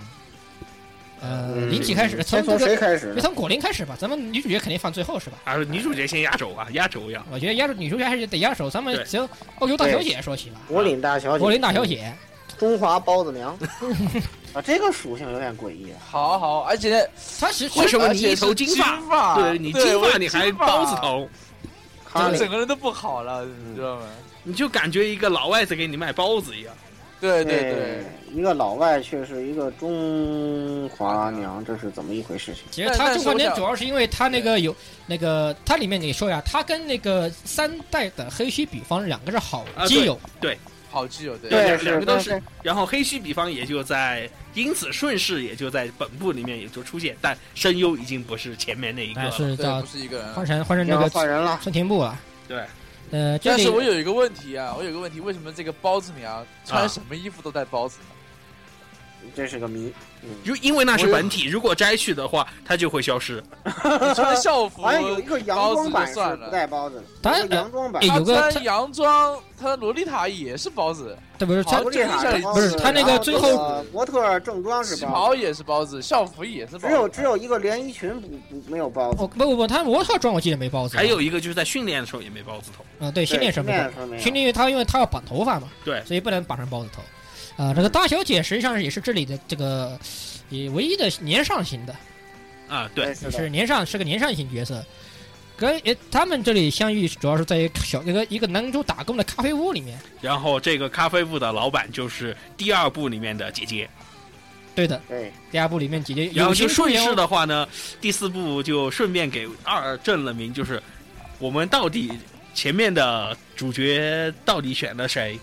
呃，
嗯
林启开始，从
先
这
从
个
谁开始
就
呢？
从果林开始吧，咱们女主角肯定放最后是吧？
啊，女主角先压轴啊，压轴呀，
我觉得压轴女主角还是得压手，咱们
对
从欧洲大小姐说起吧。
国岭大小姐，嗯
柏林大小，姐，
中华包
[laughs]
子娘。啊，这个属性有点诡异啊。
好好，而且呢
她其实
为什么你
而且
一头
是
金
金
发
发
对你金
啊对我
发你
金
还
发
包子头，
卡里
啊整个人都不好了，你知道吗？
你就感觉一个老外在给你卖包子一样。
对对对，，
一个老外却是一个中华娘，这是怎么一回事情？
其实
但
她
但
中
是
国
我
年
想
主要是因为她那个有那个，她里面你说呀，她跟那个三代的黑须比方两个是好
啊
基
对
友，
好基友对。
对
对，
两
是
个都是然后黑须比方也就在，因此顺势也就在本部里面也就出现，但声优已经不是前面那一个
哎，
了。
是
对，
叫
不是一个人
换
了。
成换成那
要
个
换人了。
村田部了。
对，
呃，这
但
里
是我有一个问题啊，我有个问题，为什么这个包子娘穿什么衣服都带包子 [laughs] 呢？
这是个谜。嗯
因因为那是本体，如果摘去的话，它就会消失。
你穿校服
好，像有一个洋装版
包子就是算
不
了
带包子的，
当然
有一个洋装版
哎。
她
有个
穿洋装，她萝莉塔也是包子，
这不是她
好
不是
这个
不是他那个最后
模特正装是
旗
包
袍
子，
也是包子，校服也是包
只
子。
有只有一个连衣裙不不没有包子
我，不不不，她模特装我记得没包子，啊
还有一个就是在训练的时候也没包子头。
嗯对，训练什么的
对，训练是没有
训练因为她因为她要绑头发嘛，
对
所以不能绑成包子头。啊、这个大小姐实际上也是这里的这个也唯一的年上型的，
啊，对，
是
是
的，
年上是个年上型角色。跟呃他们这里相遇主要是在一个小一个一个南州打工的咖啡屋里面。
然后这个咖啡部的老板就是第二部里面的姐姐，
对的，
对，
第二部里面姐姐
然后
友
就
情出
顺
现
势的话呢，第四部就顺便给二正了名，就是我们到底前面的主角到底选了谁，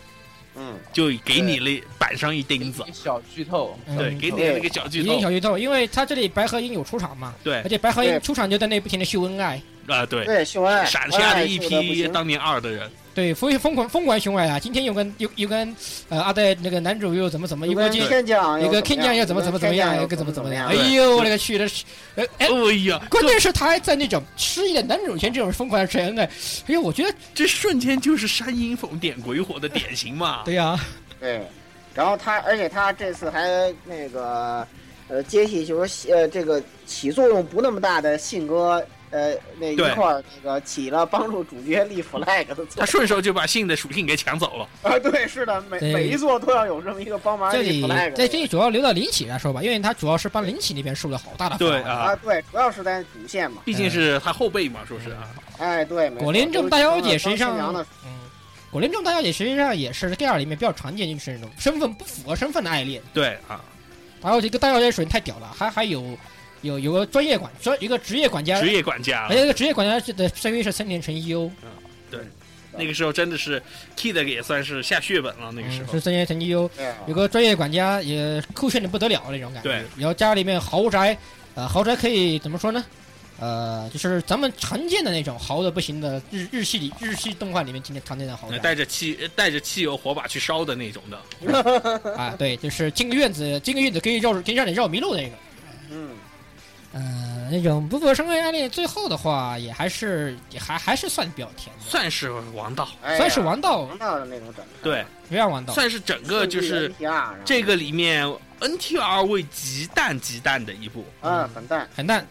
嗯，
就给你了板上一钉子
一，个小剧透，
嗯
对，给你了那个小剧
一定
透，
小剧透，因为他这里白河音有出场嘛，
对
而且白河音
对
出场就在那不停的秀恩爱，
啊，对，哎
对，秀恩爱，哎
闪瞎了一
秀得不
批
行
当年二的人，
对，疯疯狂疯狂秀恩爱啊！今天又跟又又跟呃阿呆那个男主又怎么怎么，
一
又跟
个
今
天降，
一个
天
King 酱又怎么怎么怎么样，又
又
跟怎么怎么样，哎
对
呦我勒个去的，呃哎
哎。呀，
关键是他还在那种失忆的男主面前这种疯狂的晒恩爱，哎呦，我觉得
这瞬间就是山阴风点鬼火的典型嘛。
对呀、
对，哎然后他，而且他这次还那个，呃，接戏就是呃这个起作用不那么大的信鸽，呃那一
对
块儿那个起了帮助主角立 flag 的作
[laughs]
他顺手就把信的属性给抢走了。
用啊，对，是的，每
对
每一座都要有这么一个帮忙
这
立
里
flag
在
的
这里主要留到林启来说吧，因为他主要是帮林启那边受了好大的
[laughs] 对
啊。
啊，
啊，对，主要是在主线嘛，
毕竟是他后辈嘛，说是啊，
哎，对，没
果
错
林这么大小姐，
就是
实际上
当新娘的，
嗯，果林这么大小姐实际上也是 gay 里面比较常见，就是那种身份不符合身份的爱恋。
对啊，
然后这个大小姐水平太屌了，还还有有有个专业管专一个职业管家
职，业管家啊
还，有一个职业管家的声优是森田诚一优，
那个时候真的是 Kid 也算是下血本了。那个时
嗯，
候
是森田诚一优，
对啊
有个专业管家也酷炫的不得了那种感觉。
对，
然后家里面豪宅，呃，豪宅可以怎么说呢？呃，就是咱们常见的那种豪的不行的日日系里日系动画里面经常常见的豪
呃
宅
带着汽带着汽油火把去烧的那种的，
啊，对，就是进个院子，进个院子可以绕可以让你绕迷路的那个。
嗯，
呃，那种不符合生活案例，最后的话也还是也还还是算比较甜的，
算是王道。
哎呀
算是王道，
王道的那种整，
对，
非常王道。
算是整个就是这
个，
个里面 NTR 味极淡极淡的一部，
嗯，很淡，
很淡，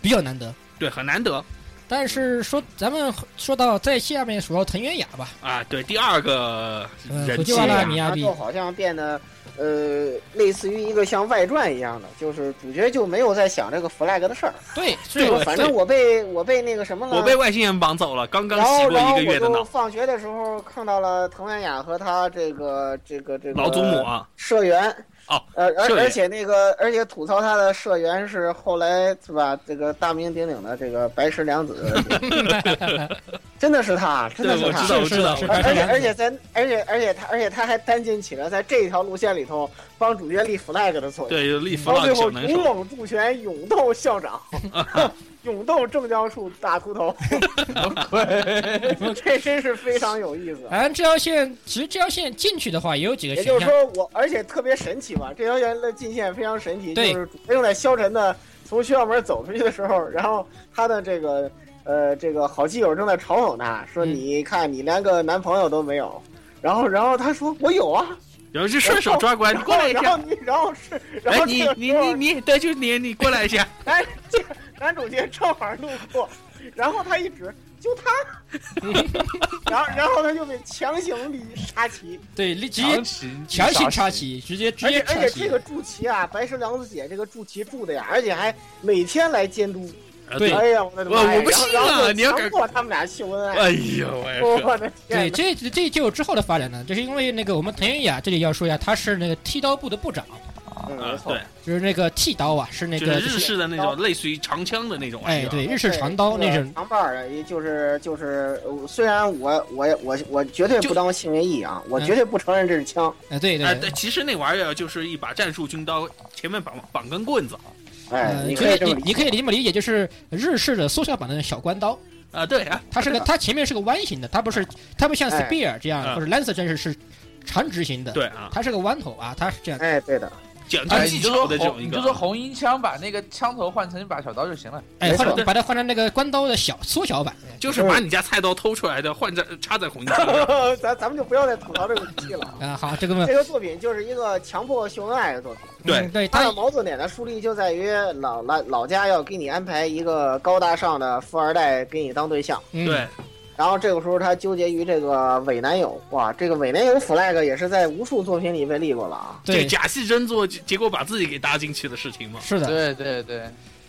比较难得。
对，很难得
但是说咱们说到在下面数到藤原雅吧，
啊。对，第二个
呃，
人
普吉
气
瓦拉
啊
米亚
他
比
就好像变得呃，类似于一个像外传一样的，就是主角就没有在想这个 flag 的事儿。 [laughs]
对，
对
是
反正我被我被那个什么了，
我被外星人绑走了，刚刚
然
洗
后
过
然
一
后
个月的
我就
脑
放学的时候看到了藤原雅和他这个这个这个
老祖母啊，
社员
哦，
呃，而
社员
而且那个，而且吐槽他的社员是后来是吧？这个大名鼎鼎的这个白石良子，
[laughs]
真的是他，真的
对，我
他
知。道，我
是是
知道
是，
而
白石
而
良子
且而且在而且而且他而且他还担任起了在这一条路线里头帮主角立 flag 的作用，
对，有立 f
然后
l
最
a 小
后
能
勇
手，
猛助拳勇斗校长，勇斗正教处大秃头，这真是非常有意思。
反正这条线，其实这条线进去的话，也有哎几个
也
选
就
项
是。说我，而且特别神奇嘛，这条线的进线非常神奇，就
对
是用在萧晨的从学校门走出去的时候，然后他的这个呃这个好基友正在嘲讽他说：“
嗯
你看你连个男朋友都没有。”然后，然后他说：“我有啊。
然后就顺手抓过来，你
然后
过来一”
然后
下，
你，然后是，然
哎，
后
你
这个
你
时候
你你，对，就是你，你过来一下，
男这男主角正好路过，然后他一指，就
[laughs]
他，然后然后他就被强行立插旗，
对，立直
[laughs]
接
强行
强行插，旗，直接直
而
接
且
插
而且
旗
这。个驻旗啊，白石凉子姐这个驻旗驻的呀，而且还每天来监督。
啊
呃对
哎呀，我的妈呀！
我我不信啊
然后然后就
你要
强迫他们俩秀恩爱。
哎呦喂，
我的
对，
天哪！
这这就有之后的发展呢，就是因为那个我们藤原雅这里要说一下，他是那个剃刀部的部长，
嗯
啊
没，错
对，
就是那个剃刀啊，是那
就
个
是日式的那种，类似于长枪的那种玩意
哎
儿，啊
对日式长刀
对
那
这
种
个长把儿啊，也就是就是，呃虽然我我我我绝对
就嗯
不当新闻义啊，我绝对不承认这是枪，
哎，对
哎，
对
对，，其实那玩意儿就是一把战术军刀，前面绑绑根棍子
哎，
呃，
你
你
可以这
你
么理
你
解。
可以这么理解，就是日式的缩小版的小关刀，
啊，对啊，
它是个
是的
它前面是个弯形的，它不是它不像
哎
spear 这样
嗯
或者 lancer 这样是长直型的，
对啊，
它是个弯头啊，它是这样。
哎，对的，
讲究
哎，
技
你就说
巧的这种
红，
一
你
个
就，说红缨枪把那个枪头换成一把小刀就行了。
哎，
没
换
错
成把它换成那个关刀的小缩小版，
就是把你家菜刀偷出来的，换在插在红缨上，
[laughs] [laughs] 咱咱们就不要再吐槽这个武器了。
啊，好，这个问
这个作品就是一个强迫秀恩爱的作品。
对
嗯对，
它
它
的矛盾点的树立就在于老老老家要给你安排一个高大上的富二代给你当对象，
嗯
对，
然后这个时候他纠结于这个伪男友，哇，这个伪男友 flag 也是在无数作品里被立过了啊，
这
对
假戏真做，结结果把自己给搭进去的事情嘛。
是的，
对对对，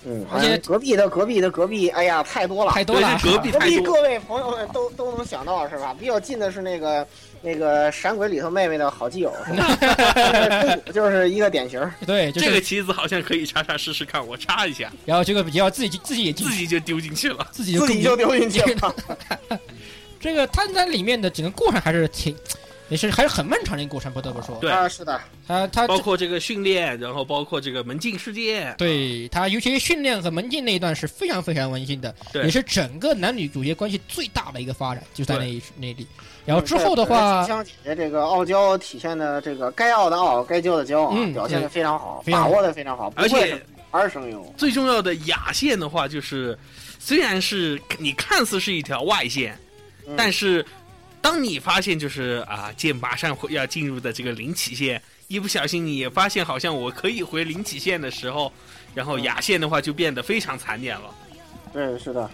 嗯，
而且
哎隔壁的隔壁的隔壁，哎呀，太多了。
太多
对，
了啊
这，隔壁
隔
太
壁
多，
各位朋友们都都能想到是吧？比较近的是那个那个闪鬼里头妹妹的好基友，
[laughs]
是吧就是一个典型儿。
对，就
这个
是
棋子好像可以查查试试看，我插一下，
然后这个也要自己自己也进
自己就丢进去了。
自己
自
更
己就丢进去了。
这个探探里面的整个过程还是挺，也是还是很漫长的一个过程，不得不说。
对
啊，是的，
他他
包括这个训练，然后包括这个门禁事件，
对他，尤其是训练和门禁那一段是非常非常温馨的，
对
也是整个男女主角关系最大的一个发展，就在那一那里。然后之后的话，
香姐姐这个傲娇体现的这个该傲的傲，该骄的骄啊，
嗯
表现的非常好，
非常
把
好
握的非常好，不
而
愧
且
是儿声优。
最重要的亚线的话，就是虽然是你看似是一条外线，
嗯
但是当你发现就是啊，剑马上会要进入的这个零起线，一不小心你也发现好像我可以回零起线的时候，然后亚线的话就变得非常惨烈了。
对，是的，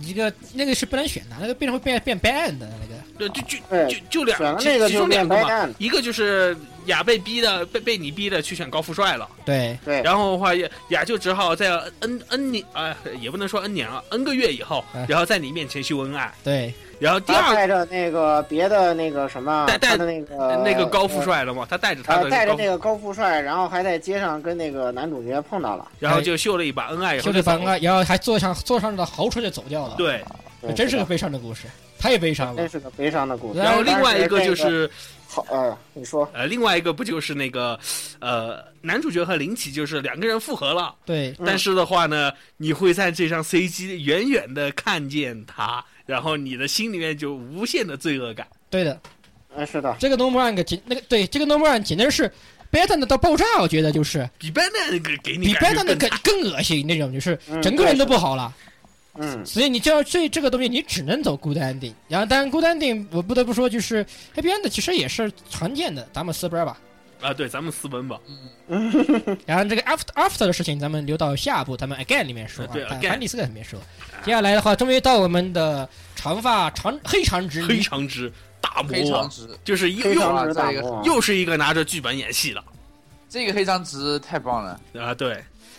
一个那个是不能选的，那个变成会变变 ban 的那个。
对，就就
对
就就两
选了
其
那个
其
就
中两
变
个嘛，
白干了。
一个就是雅被逼的被被你逼的去选高富帅了，
对，
对，
然后的话雅雅就只好在 n n 年啊、也不能说 n 年啊，n 个月以后
哎，
然后在你面前秀恩爱，
对，
然后第
他
二
带着那个别的那个什么，
带带
他的那个
那个高富，帅了嘛，他带着他
呃
的
带着
高
那
富，
个高富帅，然后还在街上跟那个男主角碰到了。
然后就哎秀了一把恩爱，然后
修
就
着
走了
房啊，然后还坐上坐上了豪车就走掉了。，
对，
对
真是个
的
悲伤的故事，太悲伤
真
了。
是个悲伤的故事。
然
然后另外一个就
当时
是
这个好，呃，你说
呃，另外一个不就是那个呃，男主角和林奇就是两个人复合了，
对，
嗯
但是的话呢，你会在这张 CG 远远的看见他，然后你的心里面就无限的罪恶感。
对的，
嗯，是的，
这个 No More Rank 简那个对这个 No More Rank 简直是 better 的到爆炸，我觉得就是
比 b a n 那个给你
比 better
感觉
的
更
更更恶心那种，就是
嗯
整个人都不好了。
嗯，
所以你这这这个东西，你只能走 good ending。然后，当然 good ending 我不得不说，就是 happy end 其实也是常见的，咱们撕边吧。
啊，对，咱们私奔吧。
然后这个 after after 的事情，咱们留到下部咱们 again 里面说啊
对，
反
again
反里斯克里面说。接下来的话，终于到我们的长发长黑长直
黑
女
长直大魔
黑长
王，
直，
就是又
非
又
啊
常之
再
大
一个
魔，
又是一个拿着剧本演戏的
这个黑长直太棒 [laughs] 了，
啊！对，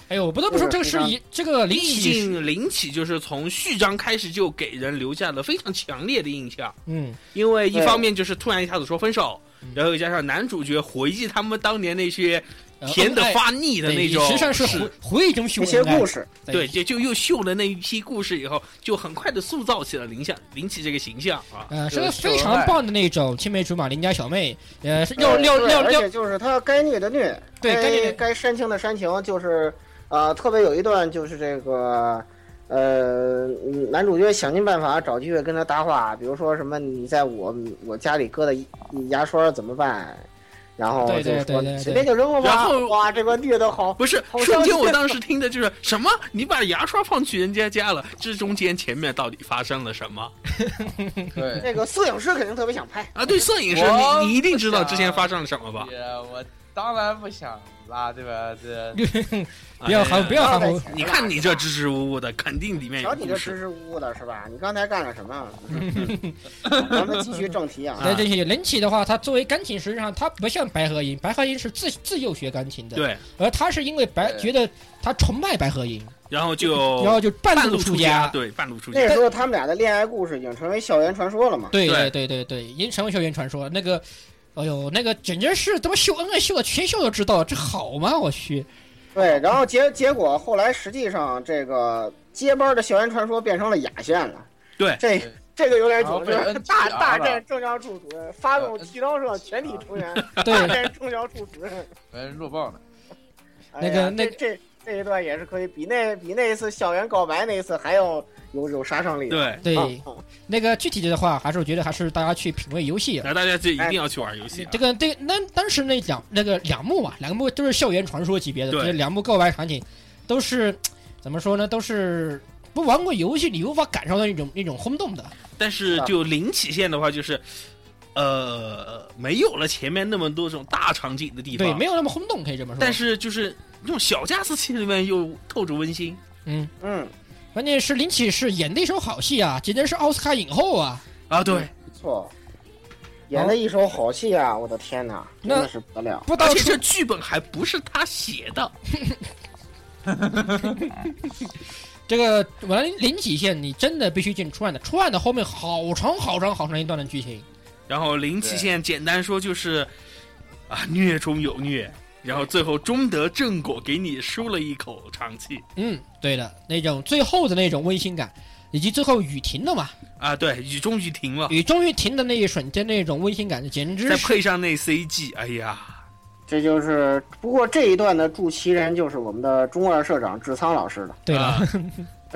哎呦，我不得不说，这个是一这个林
毕
奇，
竟林启就是从序章开始就给人留下了非常强烈的印象，
嗯，
因为一
对
方面就是突然一下子说分手
嗯，
然后又加上男主角回忆他们当年那些
呃
甜的
恩爱
发腻的那种
对实际上是
事
回回忆中秀
一些
恩爱
故，事，
哎在
对，，就就又秀了那一批故事以后，就很快的塑造起了林相林奇这个形象啊。
呃，是
就
个
是
非
秀
常
恩爱
棒的那种青梅竹马邻家小妹，呃，是要要
对哎
要
而
要
且就是他该虐的虐，
对该虐
该
的
该煽情的煽情，就是啊、呃特别有一段就是这个。呃，嗯男主角想尽办法找机会跟他搭话，比如说什么你在我我家里搁的牙刷怎么办？然后
对
就
对
说
对对
随便就扔了吧。
然后
哇，这个虐的好，
不是，
好像
瞬间
是
我当时听的就是什么？你把牙刷放去人家家了，这中间前面到底发生了什么
对，
那个摄影师肯定特别想拍。
啊？对，摄影师，
我
你你一定知道
不想
之前发生了什么吧？
也哎我当然不想啦，对吧？这
不要
哎
含
呀
不要含糊，
你看你这支支吾吾的，肯定里面有
瞧你这
故
支
事。
支吾吾的是吧？你刚才干了
[laughs]
什么？咱们继续正题啊。
对对对，林奇的话，他作为钢琴，实际上他不像白合音，白合音是自自幼学钢琴的，，
对，
而他是因为白
对
觉得他崇拜白合音，
然后
然后
就
就半
哦半
路
路
出
出
家，
对，半路出家
那。时候他们俩的恋爱故事已经成为校园传说了嘛？
对
对
对对对，已经成为校园传说。那个，哎呦，那个简直是他妈秀恩爱秀的，全校都知道，这好吗？我
[laughs]
去，
对，然后结结果后来实际上这个接班的校园传说变成了雅县了。
对
这
对
这个有点
然后
久，
被
这
NTR
大
了
大战政教处主任发动
呃
提刀社全体成员
对
大战政教处主任。
把人弱爆了。
哎
那
呀
个那
这这这一段也是可以，比那比那一次校园告白那一次还要有有杀伤力。
对，
对，
啊，啊
那个具体的话，还是我觉得还是大家去品味游戏啊。
那大家就一定要去玩游戏啊
这。个对，那当时那两那个两幕嘛，两幕都是校园传说级别的，
对
这两幕告白场景，都是怎么说呢？都是不玩过游戏你无法感受到那种那种轰动的。
但是
啊
就零起线的话，就是，呃，没有了前面那么多种大场景的地方，
对，没有那么轰动，可以这么说。
但，是就是那种小家子气里面又透着温馨
嗯，
嗯，
关键是林启是演的一手好戏啊，简直是奥斯卡影后啊。
啊，对，
不错，演的一手好戏啊！我的天哪，真
那
的是不得了。
不知
而
道
且
出
这剧本还不是他写的，
这个完了零几线，你真的必须进初案的，初案的后面好长好长好长一段的剧情，
然后零起线简单说就是啊，虐中有虐，然后最后终得正果，给你舒了一口长气
嗯，对的，那种最后的那种温馨感，以及最后雨停了嘛，
啊，对，雨终于停了，
雨终于停的那一瞬间那种温馨感，简直
再
是
配上那 CG，哎呀，
这就是，不过这一段的助旗人就是我们的中二社长志仓老师了。
对
啊 [laughs]
了，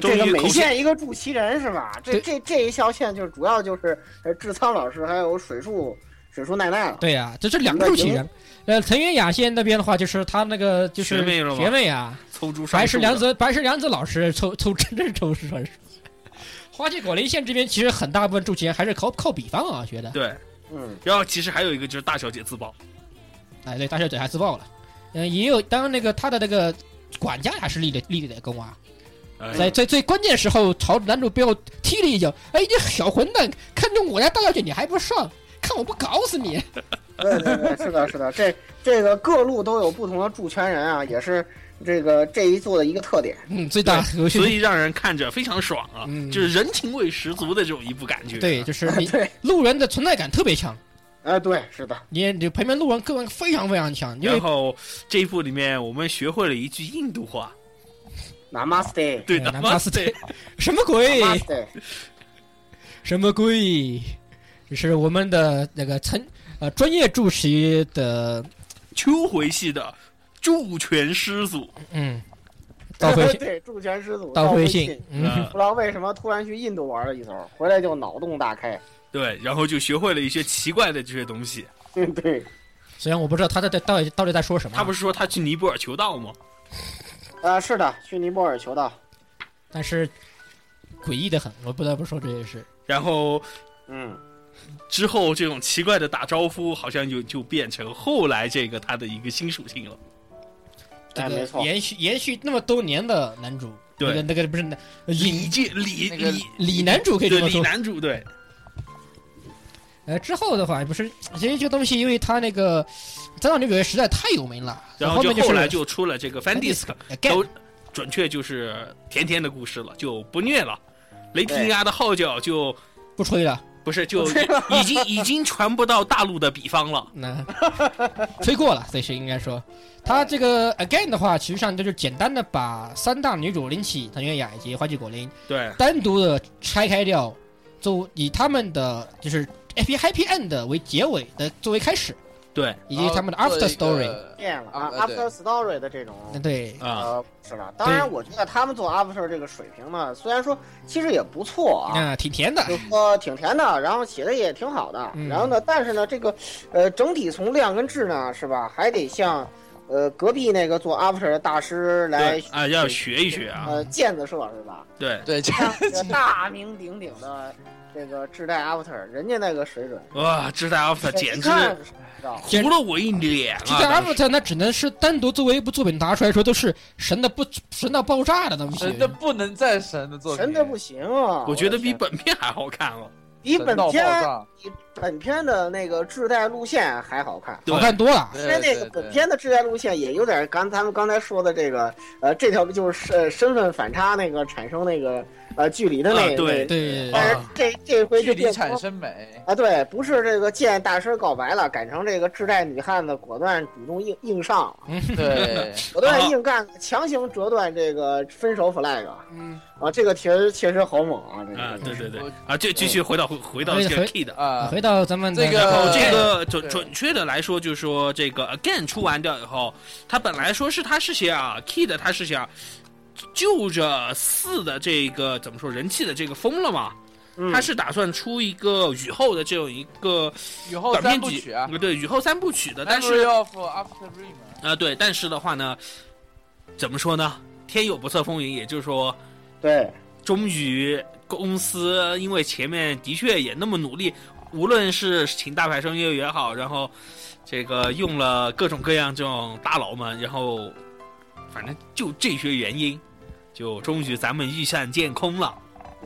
终于
这个每
口
县一个助旗人是吧？这
对
这这一条线就是主要就是呃志仓老师还有水树水树奈奈了。
对呀、这是两柱起
明白
人。呃，藤原雅宪那边的话，就是他那个就是
学妹了吗
学妹啊，
抽出
白
双
石
手
良子，白石良子老师抽抽真正抽是传说。花季果林线这边其实很大部分助旗人还是靠靠比方啊学的，
对，
嗯，
然后其实还有一个就是大小姐自爆，
哎，对，大小姐还自爆了。嗯，也有，当然那个他的那个管家还是立了立了点功啊，
哎
在在最关键时候朝男主背后踢了一脚，哎，你小混蛋，看中我家大小姐你还不上，看我不搞死你！
对对对，是的，是的，这这个各路都有不同的助权人啊，也是这个这一座的一个特点。
嗯，最大
[laughs]
游
所
戏
以让人看着非常爽啊，
嗯
就是人情味十足的这种一部感觉。啊
对，就是
[laughs]
你
[laughs] 对，
路人的存在感特别强，
哎，对，是的，
你你旁边路人个人非常非常强，因
然
为
后这一部里面，我们学会了一句印度话，
Namaste。
对
哎
的，
Namaste
对，
什么鬼
Namaste，
什么鬼，就是我们的那个曾呃专业助席的
秋回系的助拳师祖， [laughs]
嗯，倒
[laughs]
回信，
对助权师祖
倒
回
回
信
信，，嗯。
呃
不知道为什么突然去印度玩了一遭，回来就脑洞大开。 [laughs]
对，然后就学会了一些奇怪的这些东西。
嗯，对，
虽然我不知道他在在到底到底在说什么，啊
他不
是，
是说他去尼泊尔求道吗？
啊，是的，去尼泊尔求道。
但是诡异的很，我不得不说这也是。
然后
嗯，
之后这种奇怪的打招呼，好像就就变成后来这个他的一个新属性了。
这
哎，没
个
错，
延续延续那么多年的男主，
对
那个那个不是男
李
李
介李
那个
李
李男主可以这
对
么
李
说，
男主对，
呃，之后的话不是，其实这个东西因为它那个《三岛牛鬼》实在太有名了，
然
后
后就
面是呃
后来就出了这个 Fan Disc，
Again
都准确就是甜甜的故事了，就不虐了。雷霆啊鸭的号角就
不吹了，
不是就已经已经传不到大陆的彼方了。
那吹过了，所以是应该说，它这个 Again 的话，实际上就是简单的把三大女主林启、藤原雅以及花季果林
对，
单独的拆开掉，就以他们的就是 happy happy end 为结尾的作为开始，
对
以及他们的
然后
after
啊做一
story，
个
变了啊
啊对
，After Story 的这种
嗯对，
啊，
呃是吧？当然，我觉得他们做 After 这个水平呢，虽然说其实也不错啊，
那挺甜的，
就说挺甜的，然后写的也挺好的
嗯，
然后呢，但是呢，这个呃整体从量跟质呢，是吧？还得向呃隔壁那个做 After 的大师来
对啊，要学一学啊。
呃剑子社是吧？
对，
对，这
[laughs]
像这个大名鼎鼎的这个智代 After，人家那个水准，
哇，知道 Alpha 简直
一看就是知道。
简
糊了我一脸
这个
啊！
Avatar 那只能是单独作为一部作品拿出来说，都是神的不神到爆炸的东西。
神的不能再神的作品，
神的不行啊！
我觉得
的
比
天
本片还好看哦。
比
神
本
到爆
片
炸，
本片的那个志代路线还好看，
对
好看多了，
对
因为那个
对
本
对
片的志代路线也有点刚咱们刚才说的这个，呃，这条路就是呃身份反差那个产生那个呃距离的那
啊
个，
对
对
但是
啊
这这回
距
就
离
变
产
成
生
[laughs]
美，
啊，对，不是这个见大师告白了，改成这个志代女汉子果断主动硬硬上，
对，
果断
啊
硬干，强行折断这个分手 flag 啊，
嗯，
这个确实确实好猛啊，这个
啊，对对对
我，
啊，这继续回到回到这个 Kid
啊，
嗯回到咱们的
这个
然后
呃
哦这个准
对
准确的来说，就是说这个呃 again 出完掉以后，他本来说是他是想 kid，他是想就着四的这个怎么说人气的这个风了嘛，
嗯
他是打算出一个雨后的这种一个
雨后
短
三
片
部
集呃
曲啊，
对雨后三部曲的，但
Memory
是啊、
of After Dream 啊
对，但是的话呢，怎么说呢？天有不测风云，也就是说，
对，
终于公司因为前面的确也那么努力，无论是请大牌声乐也好，然后这个用了各种各样这种大佬们，然后反正就这些原因，就终于咱们预算见空了。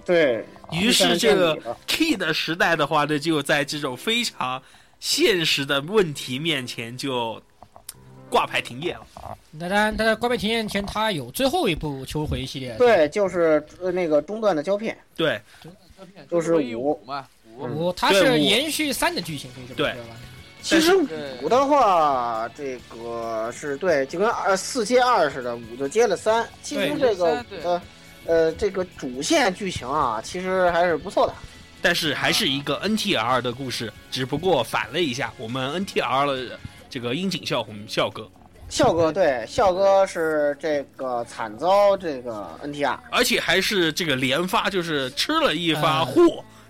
对，
于是这个
遇上见你了
Key 的时代的话呢，就在这种非常现实的问题面前就挂牌停业了。
当然，他在《关闭庭院前，他有最后一部秋回系列，，
对，就是呃那个中断的胶片，
对，
啊
就是
就是
五
五嘛，五
嗯
我它是延续三的剧情，可以这么说吧？
其实
对
五的话，这个是对，就跟二四接二似的，五就接了三。其实
对
这个
对
呃呃，这个主线剧情啊，其实还是不错的。
但是还是一个 NTR 的故事，只不过反了一下我们 NTR 了这个樱井孝宏孝哥，
笑哥对，笑哥是这个惨遭这个 NTR，
而且还是这个连发，就是吃了一发
哎
啊
货，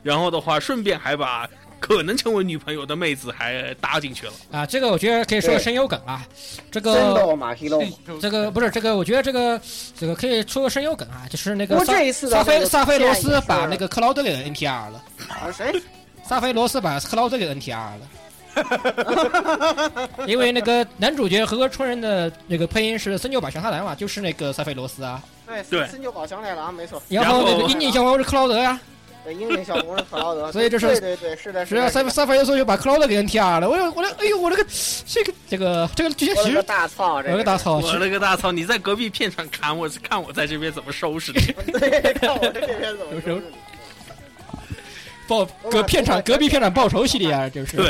然后的话顺便还把可能成为女朋友的妹子还搭进去了。
啊，这个我觉得可以说
对
声优梗啊，这
真
个
逗马屁喽。
这个不是这个，我觉得这个这个可以出个声优梗啊，就是那
不
个
过
萨
这一次的
萨菲
这个
萨菲罗
建
斯
议是
把那个克劳德给 NTR 了，[laughs]
啊谁？
萨菲罗斯把克劳德给 NTR 了。 [laughs] 因为那个男主角和春人的那个配音是森久坂祥太郎嘛，就是那个萨菲罗斯啊，
对
对
森久保祥太啊郎没错，
然
后
后那个樱井孝宏是克劳德呀、
对英俊小红是克劳
[laughs]
德，
所以这是啊
对对对是的，
只
是
要
的，
三
是的
三番又说就把克劳德给 NTR 了，我这我这哎呦我这个这个这个这个剧情
我
其
了个
实
大操，这
有
个
个大操，其
我
实
了个大操！你在隔壁片场砍我，看我在这边怎么收拾
[laughs]
你。
[laughs] 对，看我这边怎么收拾你
报隔片场隔壁片场报仇系列啊，就是
对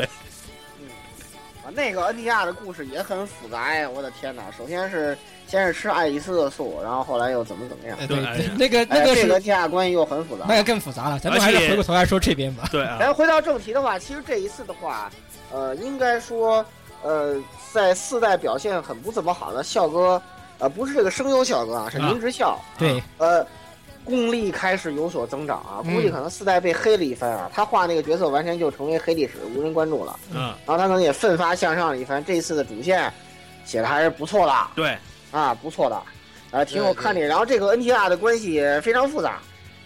啊，那个 NTR 的故事也很复杂呀！我的天哪，首先是先是吃爱丽丝的素，然后后来又怎么怎么样
呃，
对
对
哎呀
那个那
哎
个
这个
是
NTR 关系又很复杂。
那个更复杂了，咱们还是
而且
回过头来说这边吧。
对啊，
咱回到正题的话，其实这一次的话，呃，应该说，呃，在四代表现很不怎么好的笑哥，呃，不是这个声优笑哥啊，是林之笑，
对，
呃，功力开始有所增长啊，
嗯
估计可能四代被黑了一番啊，他画那个角色完全就成为黑历史，无人关注了。
嗯，
然后他可能也奋发向上了一番，这一次的主线写的还是不错的。
对，
啊，不错的，啊，挺有看点。然后这个 NTR 的关系也非常复杂，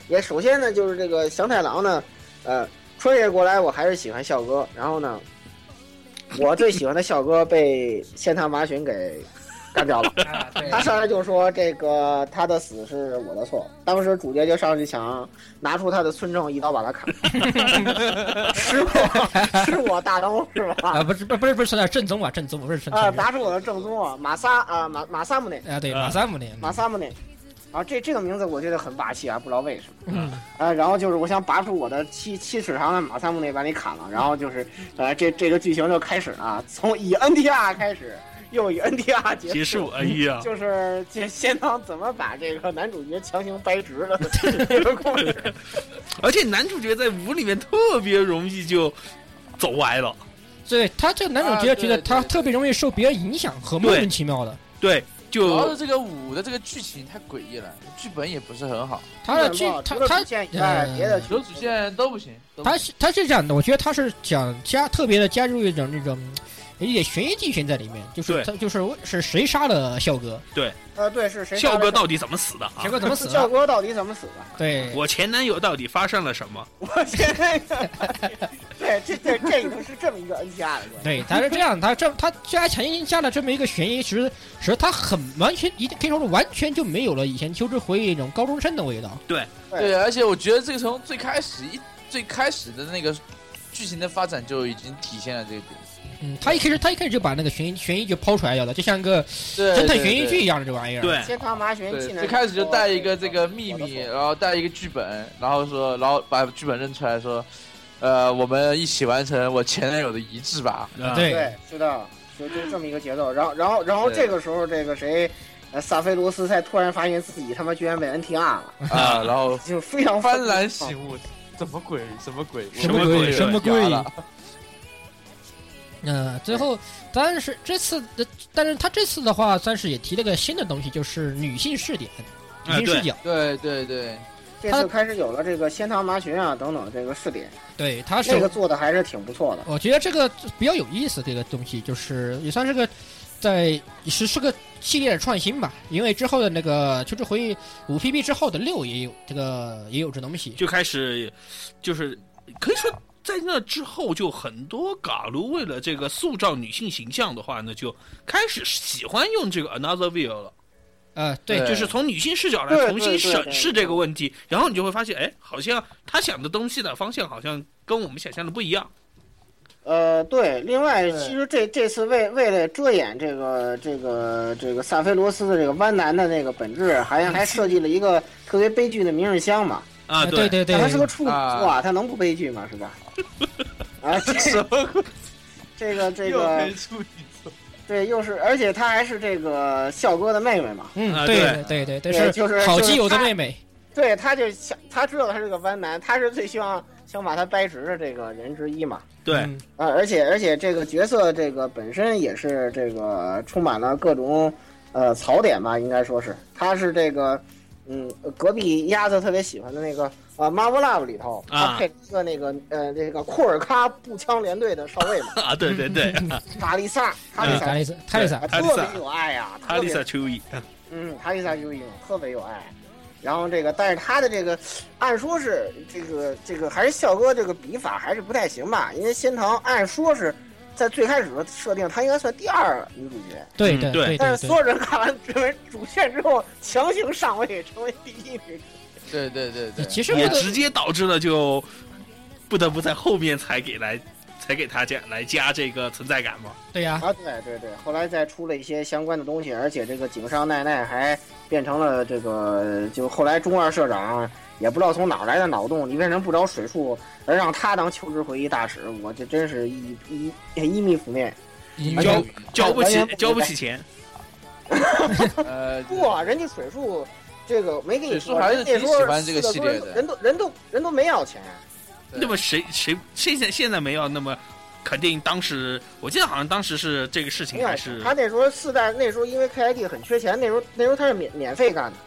也首先呢就是这个祥太郎呢，呃，穿越过来我还是喜欢笑哥，然后呢，我最喜欢的笑哥被现堂麻寻给干掉了。
啊，对，
他上来就说这个他的死是我的错，当时主角就上去想拿出他的孙正一刀把他砍了， [laughs] 是我是我大刀是
啊， [laughs]
吧？
不是不是不是不是那正宗啊，正宗不是正宗
啊，拿出我的正宗啊，马萨啊马马萨姆内
啊，对
啊
马萨姆那
马萨姆内，啊这这个名字我觉得很霸气啊，不知道为什么。
嗯
啊，然后就是我想拔出我的七七尺长的马萨姆内把你砍了，然后就是，呃，这这个剧情就开始了啊，从以 NTR 开始，又以 NTR 结
结束，哎呀，
就是这先当怎么把这个男主角强行掰直了的这个故事。
而且男主角在五里面特别容易就走歪了，
对他这个男主角觉得他特别容易受别人影响和莫名其妙的，
对，
主要
哦
是
就
这个五的这个剧情太诡异了，剧本也不是很好，
[laughs] 他的剧他
除了
他呃
主线以外，别的
[laughs] 有主线都不行。都不
他
行
是他是这样的，我觉得他是想加特别的加入一种那种有一点悬疑剧情在里面，就是
对
他就是是谁杀了笑哥，
呃，对，是谁杀
笑
了？
哥到底怎么死的啊
笑？哥怎
[laughs]
么死
笑
的？
哥到底怎么死的？
对，
我前男友到底发生了什么？
我现在 [laughs] 对这这这已经是这么一个 NTR 的关系。
对，他是这样，他这他加强行加了这么一个悬疑，其实其实他很完全一定可以说是完全就没有了以前《秋之回忆》那种高中生的味道。
对，而且我觉得这个从最开始一最开始的那个剧情的发展就已经体现了这一点。
嗯，他一开始他一开始就把那个悬疑悬疑就抛出来掉了，就像个
对，
侦探
对
悬疑剧。一
对
样的这玩意儿。
对，
先他麻寻技
对，
能，
最开始就带一个这个秘
我的
密，
错
然后带一个剧本，然后说，然后把剧本扔出来说，呃，我们一起完成我前男友的遗志吧。
啊
对
对，知道，就就这么一个节奏。然后，然后，然后
对
这个时候，这个谁，呃，萨菲罗斯才突然发现自己他妈居然被 NTR 了，
啊，然
哦
后
就非常
幡
愤
然
怒哦
醒悟， [laughs] 什么鬼？什么鬼？
什么鬼什
么鬼
我被牙了
嗯，最后但是这次的，但是他这次的话，算是也提了个新的东西，就是女性视点、
哎
女性视
对，
角。
对对对，
这
他
次开始有了这个仙堂麻寻啊等等这个试点，
对，他
这个
是
做的还是挺不错的。
我觉得这个比较有意思，这个东西就是也算是个在是是个系列的创新吧，因为之后的那个《秋之回忆》五 PB 之后的六也有这个也有这东西。
就开始就是可以说。在那之后，就很多嘎鲁为了这个塑造女性形象的话呢，就开始喜欢用这个 another view 了。
呃，对，
对
就是从女性视角
对
来重新
对对
审
对
视这个问题，然后你就会发现，哎，好像他想的东西的方向好像跟我们想象的不一样。
呃，对，另外，
对
其实这这次为为了遮掩这个这个这个萨菲罗斯的这个湾南的那个本质，好
嗯
像还设计了一个特别悲剧的明日香嘛。
啊，
呃对对对
但，他是个处女座
啊
啊，他能不悲剧吗？是吧？啊，这 [laughs] 这个这个
处女座，
对，又是，而且她还是这个笑哥的妹妹嘛。
嗯，
啊
对
对
对对，但
对就是
好
就是
基友的
他
妹妹，
对，他就想，他知道他是个弯男，他是最希望想把他掰直的这个人之一嘛。
对
嗯
啊，而且而且这个角色这个本身也是这个充满了各种呃槽点吧，应该说是，他是这个嗯隔壁鸭子特别喜欢的那个啊 Marvel Love 里头，他
啊
配了一个那个呃这个库尔喀步枪连队的少尉嘛，
啊，对对对，
卡丽萨，卡丽
卡
萨。
丽斯，卡丽斯
啊，
嗯卡
特
丽萨
别有爱呀、特
阿丽
别
萨秋意，
嗯，哈利萨尤因特别有爱。然后这个，但是他的这个，按说是这个这个还是笑哥这个笔法还是不太行吧？因为仙堂按说是在最开始的设定，他应该算第二女主角，
对
嗯
对
对
对
但
对
是所有人看完这为主线之后，强行上位成为第一女主。
对对对对
对，，其实
也
这个
直接导致了就不得不在后面才给来才给他加来加这个存在感嘛。
对
[laughs]
呀，
啊，对对对，后来再出了一些相关的东西，而且这个井上奈奈还变成了这个，就后来中二社长也不知道从哪儿来的脑洞，你为什么不找水树，而让他当秋之回忆大使？我这真是一一一密覆灭。
音
交
乐
交不
完
起
全不
交不起钱，
呃，
不啊，人家水树这个没跟你
水
说，
树还是
人家
挺
说
喜欢这个
四
系
多
列
人
的嗯
人都人都人都没要钱。
对
那么谁谁现在现在没有那么。肯定当时，我记得好像当时是这个事
没
情，
有
还
钱
是
他那时候四代那时候因为 KID 很缺钱，那时候那时候他是免免费干的，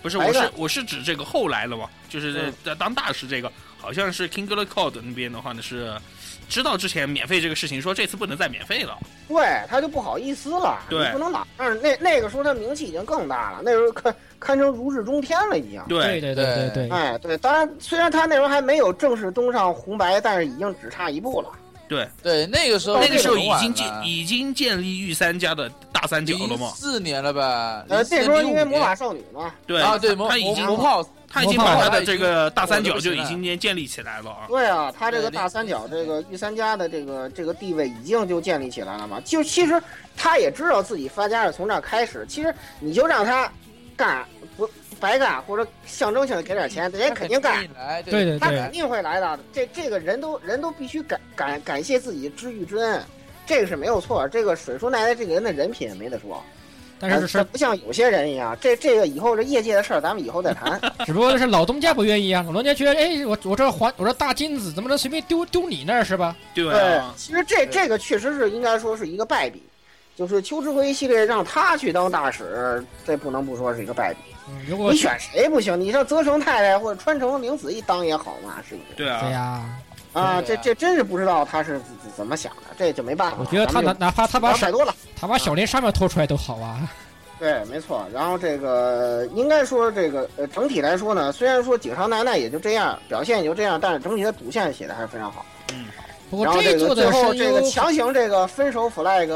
不是？
白
我
干
是我是指这个后来了嘛，就是这
嗯
在当大使这个，好像是 King of the Code 那边的话呢是知道之前免费这个事情，说这次不能再免费了。
对他就不好意思了，
对
你不能老让那那个时候他名气已经更大了，那时候堪堪称如日中天了已经。
对对
对，
对对对，
对
哎，对，当然，虽然他那时候还没有正式登上红白，但是已经只差一步了。
对，
对，那个时候
那个时候已经
进
建已经建立御三家的大三角了
零
嘛？
四年了吧？
呃，
04
这时候
05
因为魔
年
法少女嘛，
对
啊，对魔
他已
魔
经
魔炮，
他已经把
魔法
他的这个大三角就
火
已
了
经建建立起来了啊。
对啊，他这个
对
大三角这个御三家的这个这个地位已经就建立起来了嘛。就其实他也知道自己发家是从这儿开始，其实你就让他干不白干，或者象征性的给点钱，人家肯定干。
来，
对对
他
对
肯定会来的。这这个人都人都必须感感感谢自己知遇之恩，这个是没有错。这个水树奈奈这个人的人品没得说，
但是
呃
是
不像有些人一样，这这个以后这业界的事儿咱们以后
[laughs]
再谈。
只不过是老东家不愿意啊，老东家觉得，哎，我我这还我这大金子怎么能随便丢丢你那儿是吧？
对
对
啊，，
其实这这个确实是应该说是一个败笔，就是秋之辉系列让他去当大使，这不能不说是一个败笔。
嗯，如果
你选谁不行？你让泽城太太或者川城绫子一当也好嘛，是不是？
对
对
啊，
呀、
啊，
对
这
啊
这真是不知道他是怎怎么想的，这就没办法。
我觉得他哪哪怕他把
两
小
百多了。
他把小林沙面拖出来都好啊。
对，没错。然后这个应该说这个呃，整体来说呢，虽然说井上奈奈也就这样，表现也就这样，但是整体的主线写的还是非常好。
不
然
过
后
一
这
座
个
的
最后
声
这个
优，
强行这个分手 flag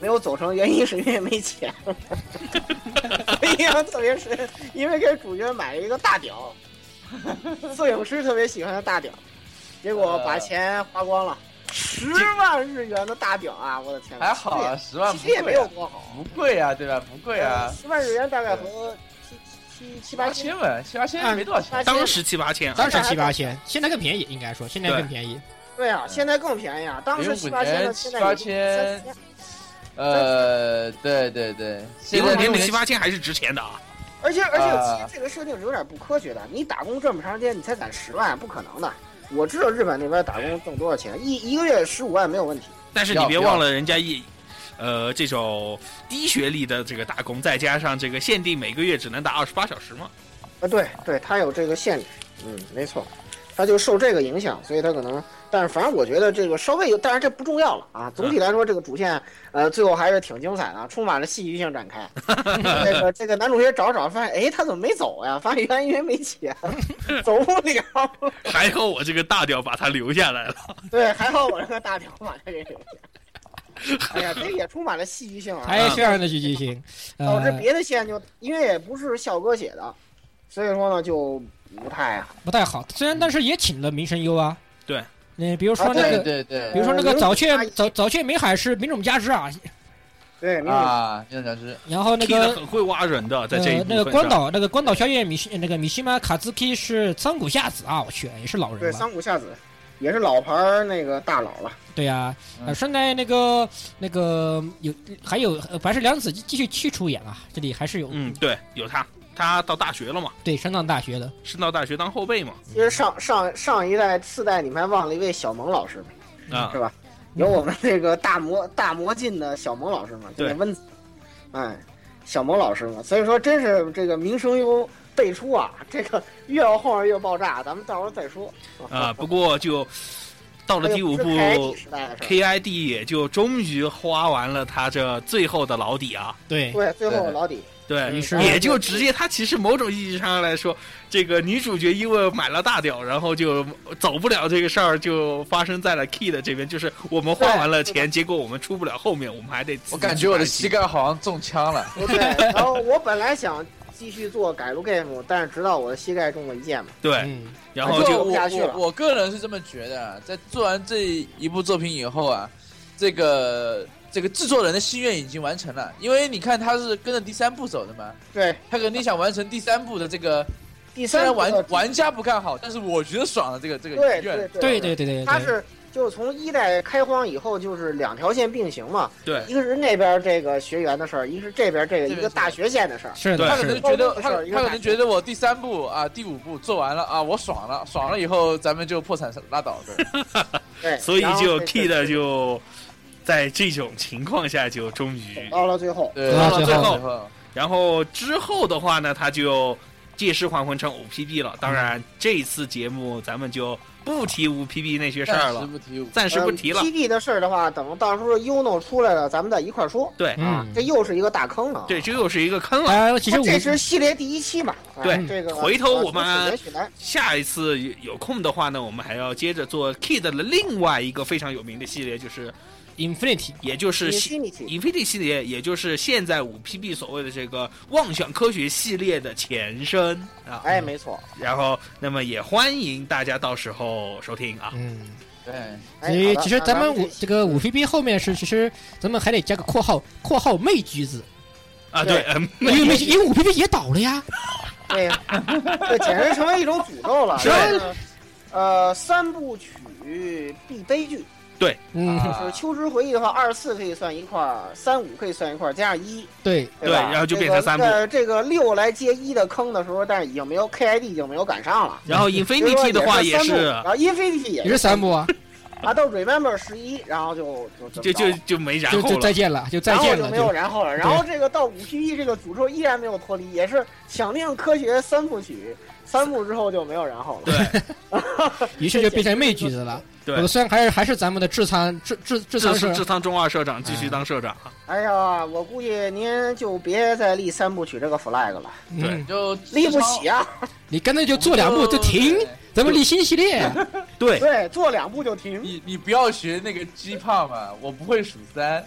没有走成，原因是因为没钱，我印象特别深，因为给主角买了一个大屌， [laughs] 摄影师特别喜欢的大屌，结果把钱花光了，十万日元的大屌啊！我的天哪，
还好啊，十万
其
不
实也没
贵
有
啊，
多好。
不贵啊，对吧？不贵啊，
十万日元大概和七七七七八
八
千，啊
千吧，七八千没多少钱。
当时七八千，啊
当时七八千，现在更便宜，应该说现在更便宜。
对啊，现在更便宜啊，当时
05
七八千的，
年
现在已经
7800
3000
呃，对对对，现
零五
在
年
零
的七八千还是值钱的啊。
而且而且，
啊
其实这个设定是有点不科学的。你打工这么长时间，你才攒十万，不可能的。我知道日本那边打工挣多少钱，一一个月十五万没有问题。
但是你别忘了，人家一，呃，这种低学历的这个打工，再加上这个限定每个月只能打二十八小时嘛，
啊，对对，他有这个限制，嗯，没错，他就受这个影响，所以他可能，但是反正我觉得这个稍微有，但是这不重要了啊。
嗯
总体来说，这个主线，呃，最后还是挺精彩的，充满了戏剧性展开。 [laughs] 这个这个男主角找找，发现哎，他怎么没走呀？发现原来因为没钱， [laughs] 走不了。
还好我这个大屌把他留下来了。
对，还好我这个大条把这个给。哎呀，这也充满了戏剧性啊！
还有这样的狙击星，
导致
呃，
别的线就因为也不是校歌写的，所以说呢就不太啊好。
不太好。虽然但是也请了名声优啊。
对，
那比如说
啊
那
对
个，
对对
比如说那个
呃
早雀
明种加
早早雀美海是民种加之啊，
对，没有、
啊，院长是
然后那
踢得
个
很会挖人的，在这一
呃
部
那
分
个关
上
岛那个关岛校院米西那个米西玛卡兹基是仓谷夏子啊，我去也是老
对
人了。
三谷夏子也是老牌儿那个大佬了。
对呀，
嗯
呃顺带那个那个有还有呃白石凉子继续去出演啊，这里还是有
嗯，对，有他，他到大学了嘛，
对升上大学的。
升到大学当后辈嘛，
其实上上上一代四代你们还忘了一位小萌老师吗？
啊
是，吧？有我们这个大魔大魔镜的小萌老师嘛，就
对
那温子，哎，小萌老师嘛，所以说真是这个名声优辈出啊，这个越往后面越爆炸，咱们到时候再说。
啊，不过就到了
哎呦
第五
不是
部。
开启时代的事儿
KID 也就终于花完了他这最后的老底啊，
对，
对，最后
对
老底，
对
于，是
也就直接他其实某种意义上来说，这个女主角因为买了大屌，然后就走不了这个事儿，就发生在了 Key 的这边，就是我们花完了钱，结果我们出不了后面，我们还得
我感觉我的膝
膝
盖好像中枪了。
不对。然后我本来想继续做改录 game，但是直到我的膝盖中了一箭嘛。
对，
嗯，
然后
哎
就
不
我
下去了
我我个人是这么觉得啊，在做完这一部作品以后啊，这个这个制作人的心愿已经完成了，因为你看他是跟着第三部走的嘛，
对，
他肯定想完成第三部的这个，
第
虽
三
然
部的
玩玩家不看好，但是我觉得爽的这个这个
对
愿
对
对对对对，
他
对
是就是从一代开荒以后，就是两条线并行嘛，
对
一个是那边这个学员的事儿，一个是这边这个
这边
一个大学线的事儿。
是
对
的，
他可
是
能
的，
觉得
是
他
一个
他可能
感觉
觉得我第三部啊第五部做完了啊我爽了爽了以后咱们就破产拉倒对，
对，
所以
然后
就
这
Key 的就在这种情况下就终于呃
走到了最后，
对
到
到
最
最
后
后
然后之后的话呢，他就借尸还魂成 OPB 了。当然，这次节目咱们就不提 5PB 那些事儿
暂时
了，
不提我。
暂时不提了。
T D 嗯的事儿的话，等到时候 UNO 出来了，咱们再一块儿说。
对
啊，这又是一个大坑啊！
嗯对，这又是一个坑了。
当然嗯了，其实
啊
我
这是系列第一期嘛，啊
对
这个
回头我们
啊也许来
下一次有空的话呢，我们还要接着做 Kid 的另外一个非常有名的系列，就是
Infinity
也就是系
Infinity
Infinity 系列，也就是现在五 PB 所谓的这个妄想科学系列的前身啊。
哎，没错，
然后，那么也欢迎大家到时候收听啊。
嗯。
对，
哎
所以
好的
其实
那
咱们
这
五这个五 PB 后面是，其实咱们还得加个括号，括号妹橘子，
啊，
对
对，嗯，
因为妹因为五 PB 也倒了呀。
[laughs]
对呀，这简直成为一种诅咒了。
是
然后呢，呃，三部曲必悲剧，
嗯，
啊
就是《秋之回忆》的话，二四可以算一块儿，三五可以算一块儿，加上一，
对，
对
吧？
然后就变成三部
这个这个六来接一的坑的时候，但是已经没有 KID 已经没有赶上了。
然后 Infinity 的话也
也
是，
然后 Infinity 也
也是三部啊，
啊，到 Remember 十一，然后就就
就
这么着
就就没然
就
后
就再
了。
见了，就再
然后
见
就
了，
没有
就
然后了。然后这个到五 P E 这个诅咒依然没有脱离，也是响亮科学三部曲，三部之后就没有然后了。
对，
于是就变成妹橘子了。
对
我虽然还是还是咱们的智仓智智智
这
仓
是
是
志仓中二社长继续当社长啊。
哎呀，我估计您就别再立三部曲这个 flag 了，
嗯，
就
立不起
啊，
啊！
你干脆就做两
哦
部就停，咱们立新系列。
啊对，
对，做两部就
[laughs]
停。
你你不要学那个鸡胖嘛，我不会数三。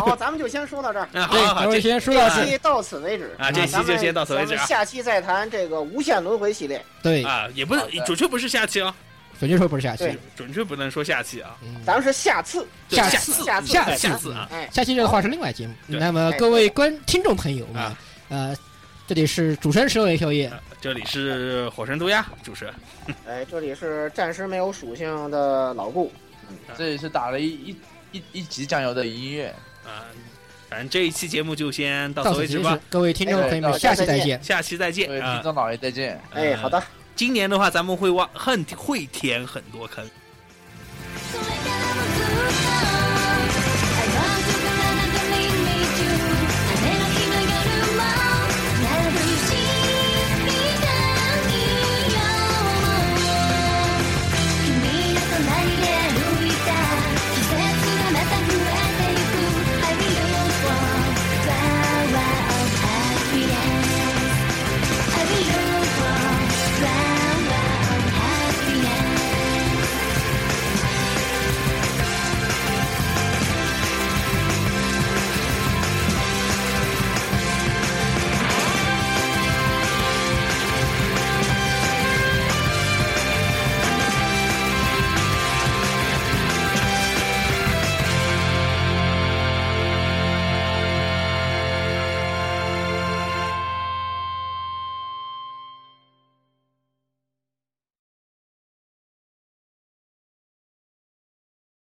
好，咱们就先说到
[laughs]
这儿，
嗯，好
对，
好
咱们
好，这
先说到
这
这。
期到此为止
啊这期
咱们
就先到此为止啊
咱们下期再谈这个无限轮回系列，
对，
啊，也不是
好的
准确不是下期啊，
准确说不是下期
对，
准确不能说下期啊，
嗯
咱们是下次，
对
下
次
下次
下
对
次
下次啊，
哎，
下期这个话是另外节目。
对
那么各位观听众朋友们
啊，
呃，这里是主持人石头爷宵夜，
这里是火神毒鸦主持人，
哎，这里是暂时没有属性的老顾，
这里是打了一一一一集酱油的音乐，
啊，反正这一期节目就先到
到
此
此
为止
结束
吧，。
各位听众朋友
哎
们，
对
下期
再
再
见
见。
下期再
各
见
位听
啊。
众老爷再见。
哎哎，好的。
今年的话，咱们会挖很会填很多坑。